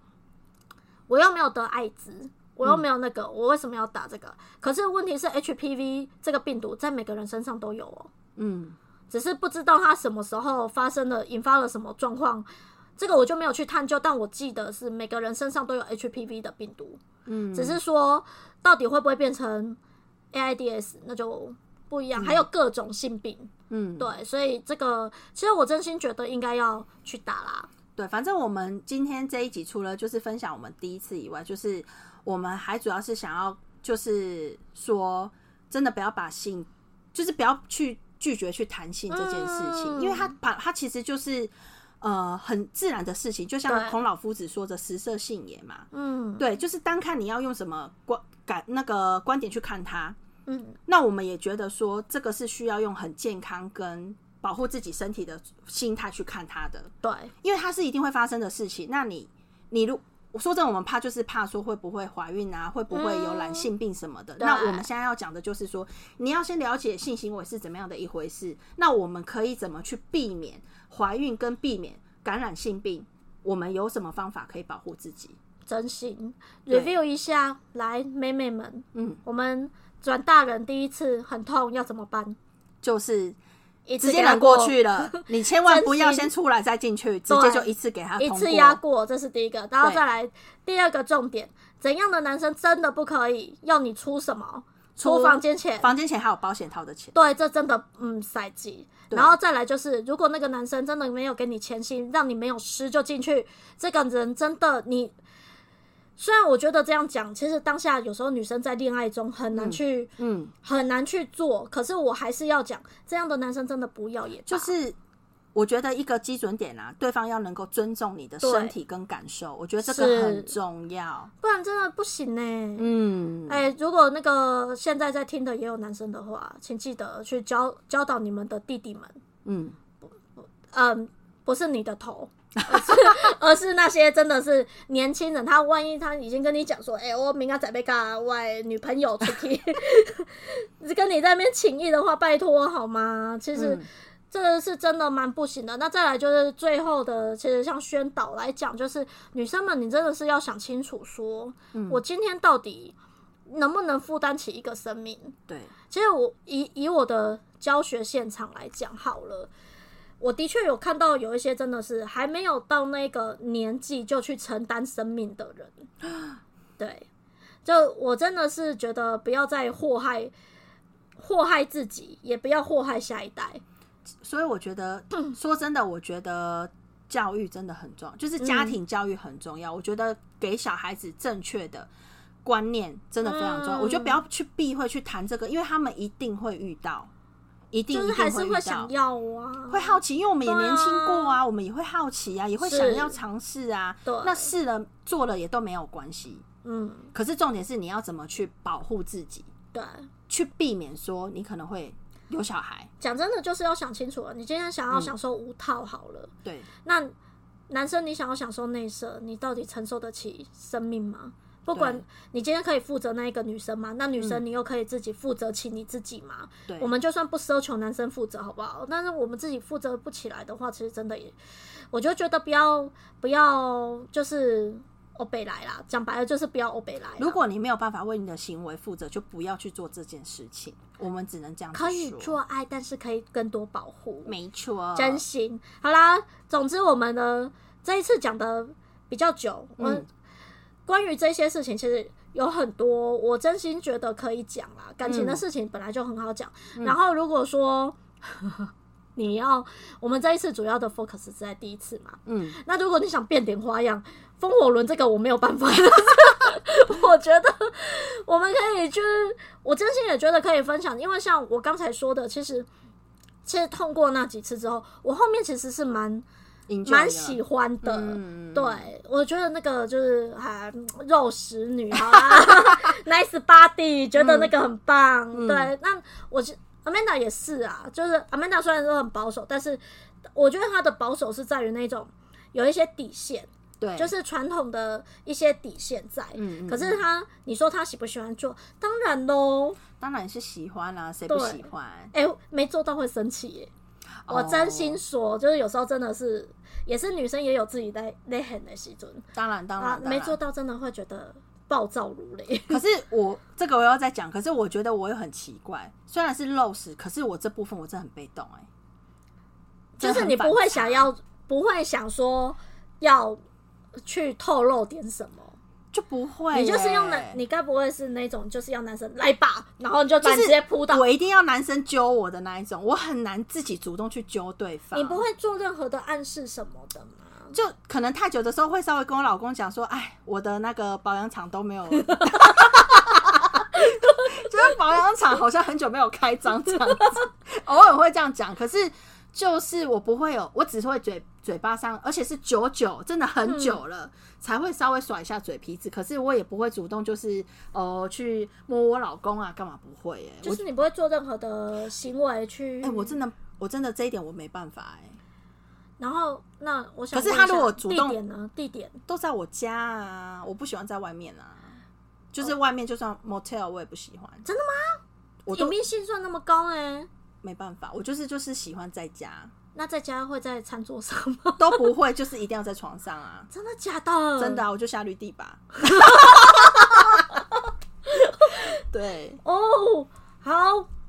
[SPEAKER 1] 我又没有得艾滋，我又没有那个，我为什么要打这个？可是问题是 HPV 这个病毒在每个人身上都有哦，
[SPEAKER 2] 嗯，
[SPEAKER 1] 只是不知道它什么时候发生了，引发了什么状况。这个我就没有去探究，但我记得是每个人身上都有 HPV 的病毒，
[SPEAKER 2] 嗯，
[SPEAKER 1] 只是说到底会不会变成 AIDS，那就不一样。还有各种性病，
[SPEAKER 2] 嗯，
[SPEAKER 1] 对，所以这个其实我真心觉得应该要去打啦。
[SPEAKER 2] 对，反正我们今天这一集除了就是分享我们第一次以外，就是我们还主要是想要就是说，真的不要把性，就是不要去拒绝去谈性这件事情，
[SPEAKER 1] 嗯
[SPEAKER 2] 因为它把它其实就是呃很自然的事情，就像
[SPEAKER 1] 对
[SPEAKER 2] 孔老夫子说的“食色性也”嘛。
[SPEAKER 1] 嗯，
[SPEAKER 2] 对，就是单看你要用什么观感那个观点去看它，
[SPEAKER 1] 嗯，
[SPEAKER 2] 那我们也觉得说这个是需要用很健康跟保护自己身体的心态去看它的。
[SPEAKER 1] 对，
[SPEAKER 2] 因为它是一定会发生的事情。那你你如我说真的，我们怕就是怕说会不会怀孕啊，会不会有染性病什么的。
[SPEAKER 1] 嗯对
[SPEAKER 2] 那我们现在要讲的就是说，你要先了解性行为是怎么样的一回事，那我们可以怎么去避免怀孕跟避免感染性病，我们有什么方法可以保护自己？
[SPEAKER 1] 真心
[SPEAKER 2] 对
[SPEAKER 1] review 一下，来，妹妹们，
[SPEAKER 2] 嗯，
[SPEAKER 1] 我们转大人第一次很痛，要怎么办？
[SPEAKER 2] 就是
[SPEAKER 1] 一次
[SPEAKER 2] 直接
[SPEAKER 1] 给他
[SPEAKER 2] 忍过，
[SPEAKER 1] (laughs)
[SPEAKER 2] 去了，你千万不要
[SPEAKER 1] 真心
[SPEAKER 2] 先出来再进去，直接就一次给他
[SPEAKER 1] 一
[SPEAKER 2] 啊通
[SPEAKER 1] 次压
[SPEAKER 2] 过。
[SPEAKER 1] 过，这是第一个，然后
[SPEAKER 2] 对
[SPEAKER 1] 再来第二个重点，怎样的男生真的不可以？要你出什么？出
[SPEAKER 2] 出
[SPEAKER 1] 房间钱，
[SPEAKER 2] 房间钱还有保险套的钱，
[SPEAKER 1] 对，这真的嗯赛季。
[SPEAKER 2] 对
[SPEAKER 1] 然后再来就是，如果那个男生真的没有给你前戏，让你没有湿就进去，这个人真的你。虽然我觉得这样讲，其实当下有时候女生在恋爱中很难去、
[SPEAKER 2] 嗯，
[SPEAKER 1] 很难去做，可是我还是要讲，这样的男生真的不要也罢
[SPEAKER 2] 就是我觉得一个基准点啊，对方要能够尊重你的身体跟感受，我觉得这
[SPEAKER 1] 是
[SPEAKER 2] 个很重要。
[SPEAKER 1] 不然真的不行呢、
[SPEAKER 2] 嗯，
[SPEAKER 1] 哎、如果那个现在在听的也有男生的话，请记得去教教导你们的弟弟们，
[SPEAKER 2] 嗯，
[SPEAKER 1] 嗯，不是你的头，而是 (laughs) 而是那些真的是年轻人，他万一他已经跟你讲说，哎、我明天准备跟我的女朋友出去， (laughs) 跟你在那边情谊的话，拜托好吗？其实。
[SPEAKER 2] 嗯
[SPEAKER 1] 这是真的蛮不行的。那再来就是最后的，其实像宣导来讲，就是女生们，你真的是要想清楚说
[SPEAKER 2] 嗯
[SPEAKER 1] 我今天到底能不能负担起一个生命？
[SPEAKER 2] 对，
[SPEAKER 1] 其实我以以我的教学现场来讲好了，我的确有看到有一些真的是还没有到那个年纪就去承担生命的人，对，就我真的是觉得不要再祸害祸害自己，也不要祸害下一代。
[SPEAKER 2] 所以我觉得，说真的，我觉得教育真的很重要，就是家庭教育很重要。我觉得给小孩子正确的。观念真的非常重要，
[SPEAKER 1] 嗯
[SPEAKER 2] 我觉得不要去避讳去谈这个，因为他们一定会遇到，一定
[SPEAKER 1] 就是
[SPEAKER 2] 一定
[SPEAKER 1] 还是
[SPEAKER 2] 遇到
[SPEAKER 1] 会想要啊，
[SPEAKER 2] 会好奇，因为我们也
[SPEAKER 1] 对啊
[SPEAKER 2] 年轻过啊，我们也会好奇啊，也会
[SPEAKER 1] 是
[SPEAKER 2] 想要尝试啊。
[SPEAKER 1] 对
[SPEAKER 2] 那试了做了也都没有关系。
[SPEAKER 1] 嗯，
[SPEAKER 2] 可是重点是你要怎么去保护自己，
[SPEAKER 1] 对，
[SPEAKER 2] 去避免说你可能会有小孩。
[SPEAKER 1] 讲真的就是要想清楚了。你今天想
[SPEAKER 2] 嗯
[SPEAKER 1] 要享受无套好了，
[SPEAKER 2] 对，
[SPEAKER 1] 那男生你想要享受内射，你到底承受得起生命吗？不管
[SPEAKER 2] 对嗯
[SPEAKER 1] 你今天可以负责那一个女生吗？那女生你又可以自己负责起你自己吗？
[SPEAKER 2] 对
[SPEAKER 1] 我们就算不奢求男生负责，好不好？但是我们自己负责不起来的话，其实真的也，我就觉得不要不要就是欧北来啦，讲白了就是不要欧北来啦。
[SPEAKER 2] 如果你没有办法为你的行为负责，就不要去做这件事情。我们只能这样子
[SPEAKER 1] 可以
[SPEAKER 2] 说，
[SPEAKER 1] 做爱，但是可以更多保护，
[SPEAKER 2] 没错，
[SPEAKER 1] 真心。好啦，总之我们的这一次讲的比较久，嗯
[SPEAKER 2] 嗯，
[SPEAKER 1] 关于这些事情其实有很多，我真心觉得可以讲啦。感情的事情本来就很好讲，然后如果说 (laughs) 你要，我们这一次主要的 focus 是在第一次嘛，
[SPEAKER 2] 嗯，
[SPEAKER 1] 那如果你想变点花样，风火轮这个我没有办法。 (laughs) 我觉得我们可以就是，我真心也觉得可以分享，因为像我刚才说的，其实其实通过那几次之后，我后面其实是蛮
[SPEAKER 2] enjoy
[SPEAKER 1] 蛮
[SPEAKER 2] 了
[SPEAKER 1] 喜欢的。
[SPEAKER 2] 嗯
[SPEAKER 1] 对，我觉得那个就是啊，肉食女好
[SPEAKER 2] (laughs)
[SPEAKER 1] 啦，nice body，觉得那个很棒。
[SPEAKER 2] 嗯
[SPEAKER 1] 对，那我是 Amanda 也是啊，就是 Amanda 虽然说很保守，但是我觉得她的保守是在于那种有一些底线，
[SPEAKER 2] 对，
[SPEAKER 1] 就是是传统的一些底线在。
[SPEAKER 2] 哎嗯，嗯
[SPEAKER 1] 可是她，你说她喜不喜欢做？当然喽，
[SPEAKER 2] 当然是喜欢啦、谁不
[SPEAKER 1] 对
[SPEAKER 2] 喜欢？
[SPEAKER 1] 哎、没做到会生气耶。我
[SPEAKER 2] 哦
[SPEAKER 1] 真心说，就是有时候真的是，也是女生也有自己在内很的时准
[SPEAKER 2] 当然当然
[SPEAKER 1] 啊，，没
[SPEAKER 2] 当然
[SPEAKER 1] 做到真的会觉得暴躁如
[SPEAKER 2] (laughs)
[SPEAKER 1] 雷。
[SPEAKER 2] 可是我这个我要再讲，可是我觉得我也很奇怪，虽然是肉食，可是我这部分我真的很被动哎、
[SPEAKER 1] 就
[SPEAKER 2] 真的
[SPEAKER 1] 是
[SPEAKER 2] 很
[SPEAKER 1] 你
[SPEAKER 2] 反
[SPEAKER 1] 不会
[SPEAKER 2] 常
[SPEAKER 1] 想要，不会想说要去透露点什么，
[SPEAKER 2] 就不会、
[SPEAKER 1] 你就是用男，
[SPEAKER 2] 欸
[SPEAKER 1] 你该不会是那种就是要男生来吧，然后你就把
[SPEAKER 2] 就
[SPEAKER 1] 你
[SPEAKER 2] 是
[SPEAKER 1] 直接扑倒，
[SPEAKER 2] 我一定要男生揪我的那一种，我很难自己主动去揪对方。
[SPEAKER 1] 你不会做任何的暗示什么的吗？
[SPEAKER 2] 就可能太久的时候会稍微跟我老公讲说，哎，我的那个保养厂
[SPEAKER 1] (laughs)
[SPEAKER 2] 都没有，就是保养厂好像很久没有开张这样子，偶尔会这样讲，可是就是我不会有，我只会嘴嘴巴上，而且是久久，真的很久了、
[SPEAKER 1] 嗯
[SPEAKER 2] 才会稍微甩一下嘴皮子，可是我也不会主动就是哦、呃去摸我老公啊，干嘛不会、欸？
[SPEAKER 1] 就是你不会做任何的行为去，
[SPEAKER 2] 我哎、我真的我真的这一点我没办法哎、
[SPEAKER 1] 然后那我想
[SPEAKER 2] 可
[SPEAKER 1] 问一
[SPEAKER 2] 是
[SPEAKER 1] 下，
[SPEAKER 2] 他如果主动
[SPEAKER 1] 地点呢？地点
[SPEAKER 2] 都在我家啊，我不喜欢在外面啊。就是外面就算 motel 我也不喜欢，
[SPEAKER 1] 哦真的
[SPEAKER 2] 吗？我
[SPEAKER 1] 隐
[SPEAKER 2] 都
[SPEAKER 1] 秘性算那么高哎、
[SPEAKER 2] 没办法，我就是就是喜欢在家，
[SPEAKER 1] 那在家会在餐桌上吗？ (laughs)
[SPEAKER 2] 都不会，就是一定要在床上啊，
[SPEAKER 1] 真的假的？
[SPEAKER 2] (laughs) 真的、啊，我就下绿
[SPEAKER 1] (laughs)
[SPEAKER 2] 地吧。对，
[SPEAKER 1] 哦。好，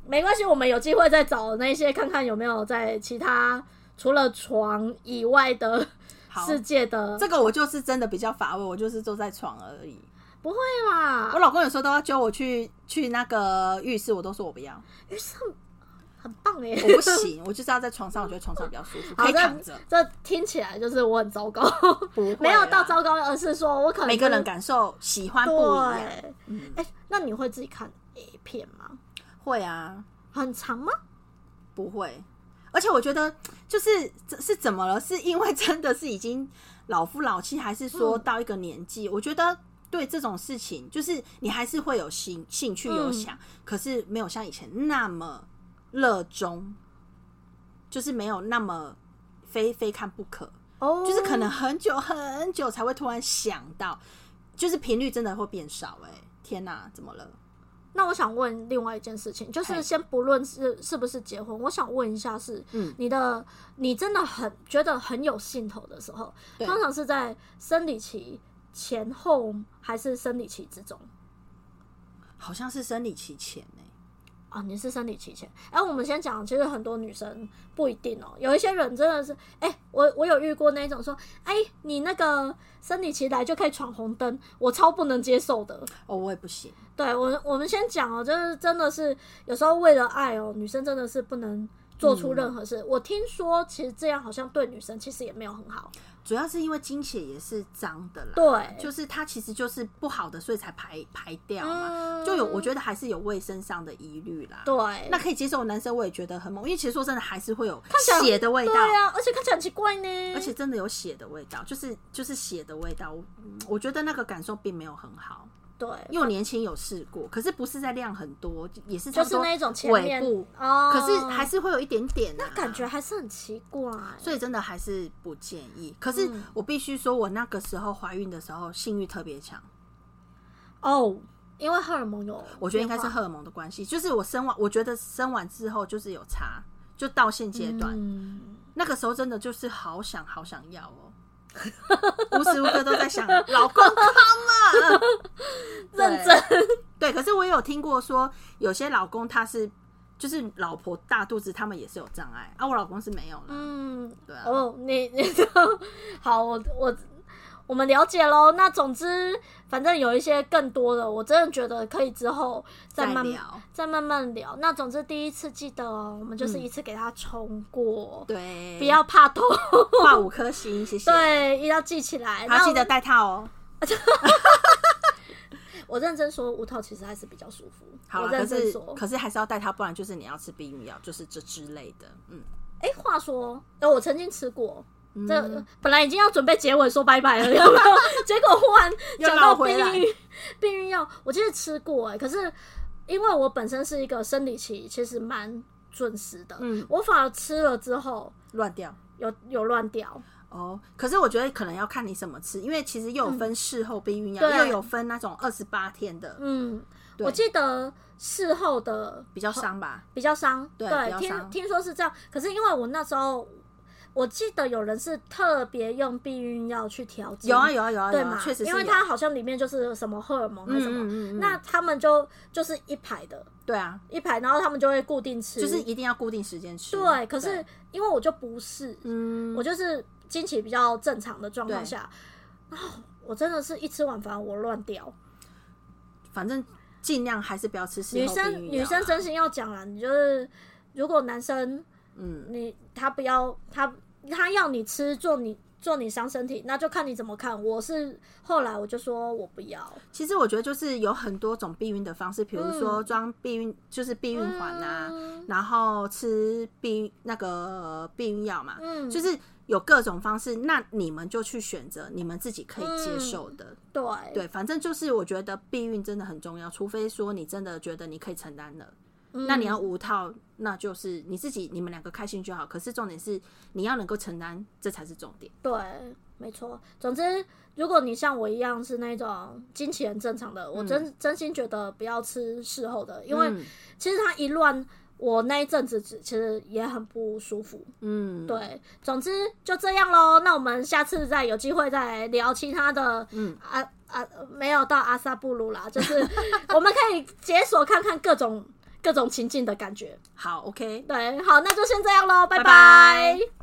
[SPEAKER 1] 没关系，我们有机会再找那些看看有没有在其他除了床以外的
[SPEAKER 2] 好，
[SPEAKER 1] 世界的。
[SPEAKER 2] 这个我就是真的比较乏味，我就是坐在床而已。
[SPEAKER 1] 不会啦
[SPEAKER 2] 我，老公有时候都要揪我去去那个浴室，我都说我不要，
[SPEAKER 1] 于是很棒耶、
[SPEAKER 2] 我不行，我就是要在床上，我觉得床上比较舒服，可
[SPEAKER 1] 好
[SPEAKER 2] 以躺着
[SPEAKER 1] 这，这听起来就是我很糟糕，
[SPEAKER 2] 不 (laughs) 会啦啊
[SPEAKER 1] 没有到糟糕，而是说我可能
[SPEAKER 2] 每个人
[SPEAKER 1] 就是
[SPEAKER 2] 感受喜欢不一样。嗯
[SPEAKER 1] 对。哎、那你会自己看 A 片吗？
[SPEAKER 2] 会啊，
[SPEAKER 1] 很长吗？
[SPEAKER 2] 不会。而且我觉得，就是这是怎么了？是因为真的是已经老夫老妻，还是说
[SPEAKER 1] 嗯
[SPEAKER 2] 到一个年纪？我觉得对这种事情，就是你还是会有兴兴趣有
[SPEAKER 1] 嗯
[SPEAKER 2] 想，可是没有像以前那么热衷，就是没有那么非非看不可。
[SPEAKER 1] 哦，
[SPEAKER 2] 就是可能很久很久才会突然想到，就是频率真的会变少、欸。哎，天哪、怎么了？
[SPEAKER 1] 那我想问另外一件事情，就是
[SPEAKER 2] 嘿
[SPEAKER 1] 先不论是是不是结婚，我想问一下是，
[SPEAKER 2] 嗯
[SPEAKER 1] 你的你真的很觉得很有兴头的时候，
[SPEAKER 2] 对
[SPEAKER 1] 通常是在生理期前后还是生理期之中
[SPEAKER 2] 好像是生理期前哎、
[SPEAKER 1] 啊？你是生理期前？哎、我们先讲，其实很多女生不一定哦、有一些人真的是，哎、我我有遇过那种说，哎、你那个生理期来就可以闯红灯，我超不能接受的。
[SPEAKER 2] 哦，我也不行。
[SPEAKER 1] 对我们，我们先讲哦、就是真的是有时候为了爱哦、女生真的是不能做
[SPEAKER 2] 嗯
[SPEAKER 1] 出任何事。我听说其实这样好像对女生其实也没有很好。
[SPEAKER 2] 主要是因为经血也是脏的啦，
[SPEAKER 1] 对，
[SPEAKER 2] 就是它其实就是不好的，所以才排排掉嘛。
[SPEAKER 1] 嗯
[SPEAKER 2] 就有我觉得还是有卫生上的疑虑啦。
[SPEAKER 1] 对，
[SPEAKER 2] 那可以接受，男生我也觉得很猛，因为其实说真的还是会有
[SPEAKER 1] 起来
[SPEAKER 2] 血的味道
[SPEAKER 1] 对，啊，而且看起来很奇怪呢。
[SPEAKER 2] 而且真的有血的味道，就是就是血的味道。我嗯我觉得那个感受并没有很好，
[SPEAKER 1] 对，
[SPEAKER 2] 因为我年轻有试过，可是不是在量很多，也是
[SPEAKER 1] 就
[SPEAKER 2] 差不
[SPEAKER 1] 是
[SPEAKER 2] 多
[SPEAKER 1] 那一种前
[SPEAKER 2] 尾
[SPEAKER 1] 面
[SPEAKER 2] 部，
[SPEAKER 1] 哦，
[SPEAKER 2] 可是还是会有一点点、啊，
[SPEAKER 1] 那感觉还是很奇怪。
[SPEAKER 2] 所以真的还是不建议。可是
[SPEAKER 1] 嗯
[SPEAKER 2] 我必须说，我那个时候怀孕的时候性欲特别强，
[SPEAKER 1] 哦，因为荷尔蒙有，
[SPEAKER 2] 我觉得应该是荷尔蒙的关系。就是我生完，我觉得生完之后就是有差，就到现阶段、
[SPEAKER 1] 嗯
[SPEAKER 2] 那个时候真的就是好想好想要哦， (laughs) 无时无刻都在想老公他
[SPEAKER 1] (laughs)
[SPEAKER 2] 嘛，
[SPEAKER 1] 认真
[SPEAKER 2] 对。可是我也有听过说，有些老公他是就是老婆大肚子，他们也是有障碍啊。我老公是没有了，
[SPEAKER 1] 嗯，
[SPEAKER 2] 对啊。
[SPEAKER 1] 哦，你 (laughs) 你好，我我我们了解喽。那总之，反正有一些更多的，我真的觉得可以之后再
[SPEAKER 2] 再
[SPEAKER 1] 慢
[SPEAKER 2] 聊，
[SPEAKER 1] 再慢慢聊。那总之，第一次记得哦，我们就是
[SPEAKER 2] 嗯
[SPEAKER 1] 一次给他冲过，
[SPEAKER 2] 对，
[SPEAKER 1] 不要怕痛，
[SPEAKER 2] 画五颗星，谢谢。
[SPEAKER 1] 对，一定要记起来。
[SPEAKER 2] 好，
[SPEAKER 1] 那
[SPEAKER 2] 记得戴套哦。
[SPEAKER 1] 我，我认真说，无套其实还是比较舒服。
[SPEAKER 2] 好
[SPEAKER 1] 我
[SPEAKER 2] 了，
[SPEAKER 1] 认
[SPEAKER 2] 可
[SPEAKER 1] 真
[SPEAKER 2] 是
[SPEAKER 1] 说。
[SPEAKER 2] 可是还是要带它，不然就是你要吃避孕药，就是这之类的。嗯，
[SPEAKER 1] 哎、话说，呃，我曾经吃过，
[SPEAKER 2] 嗯
[SPEAKER 1] 这本来已经要准备结尾说拜拜了，有没
[SPEAKER 2] (laughs)
[SPEAKER 1] 有？结果忽然
[SPEAKER 2] 又
[SPEAKER 1] 讲到
[SPEAKER 2] 绕回
[SPEAKER 1] 避
[SPEAKER 2] 来
[SPEAKER 1] 孕避孕药，我其实吃过哎、可是因为我本身是一个生理期其实蛮准时的，
[SPEAKER 2] 嗯
[SPEAKER 1] 我反而吃了之后
[SPEAKER 2] 乱掉。
[SPEAKER 1] 有有乱掉，
[SPEAKER 2] 哦，可是我觉得可能要看你什么吃，因为其实又有分事后避孕药，
[SPEAKER 1] 嗯对
[SPEAKER 2] 又有分那种二十八天的，
[SPEAKER 1] 嗯，
[SPEAKER 2] 对
[SPEAKER 1] 我记得事后的
[SPEAKER 2] 比较伤吧。
[SPEAKER 1] 比较伤，
[SPEAKER 2] 对比较
[SPEAKER 1] 听
[SPEAKER 2] 伤
[SPEAKER 1] 听说是这样，可是因为我那时候。我记得有人是特别用避孕药去调节，
[SPEAKER 2] 有啊有啊有啊
[SPEAKER 1] 对
[SPEAKER 2] 有啊
[SPEAKER 1] 嘛，？
[SPEAKER 2] 确实是
[SPEAKER 1] 因
[SPEAKER 2] 有。
[SPEAKER 1] 为它好像里面就是什么荷尔蒙还是什么，
[SPEAKER 2] 嗯嗯嗯嗯
[SPEAKER 1] 那他们就就是一排的，
[SPEAKER 2] 对啊，
[SPEAKER 1] 一排，然后他们就会固定吃，
[SPEAKER 2] 就是一定要固定时间吃。
[SPEAKER 1] 对。可是因为我就不是，
[SPEAKER 2] 嗯，
[SPEAKER 1] 我就是经期比较正常的状况
[SPEAKER 2] 对
[SPEAKER 1] 下，然后我真的是一吃完反正我乱掉。
[SPEAKER 2] 反正尽量还是不要吃事
[SPEAKER 1] 女
[SPEAKER 2] 后
[SPEAKER 1] 生
[SPEAKER 2] 避孕药
[SPEAKER 1] 女生真心要讲啊啦，你就是如果男生
[SPEAKER 2] 嗯，
[SPEAKER 1] 你他不要他他要你吃做你做你伤身体，那就看你怎么看。我是后来我就说我不要，
[SPEAKER 2] 其实我觉得就是有很多种避孕的方式，比如说装避孕就是避孕环啊，
[SPEAKER 1] 嗯
[SPEAKER 2] 然后吃避孕那个避孕药嘛，
[SPEAKER 1] 嗯，
[SPEAKER 2] 就是有各种方式，那你们就去选择你们自己可以接受的。
[SPEAKER 1] 对
[SPEAKER 2] 对，反正就是我觉得避孕真的很重要，除非说你真的觉得你可以承担了，
[SPEAKER 1] 嗯
[SPEAKER 2] 那你要无套，那就是你自己你们两个开心就好。可是重点是你要能够承担，这才是重点。
[SPEAKER 1] 对，没错。总之，如果你像我一样是那种经期很正常的，我真、真心觉得不要吃事后的，因为
[SPEAKER 2] 嗯
[SPEAKER 1] 其实它一乱，我那一阵子只其实也很不舒服。
[SPEAKER 2] 嗯，
[SPEAKER 1] 对，总之就这样喽。那我们下次再有机会再来聊其他的。嗯，啊啊，没有到阿萨布鲁啦，就是 (laughs) 我们可以解锁看看各种各种情境的感觉。
[SPEAKER 2] 好，OK，
[SPEAKER 1] 对，好，那就先这样喽，拜
[SPEAKER 2] 拜拜
[SPEAKER 1] 拜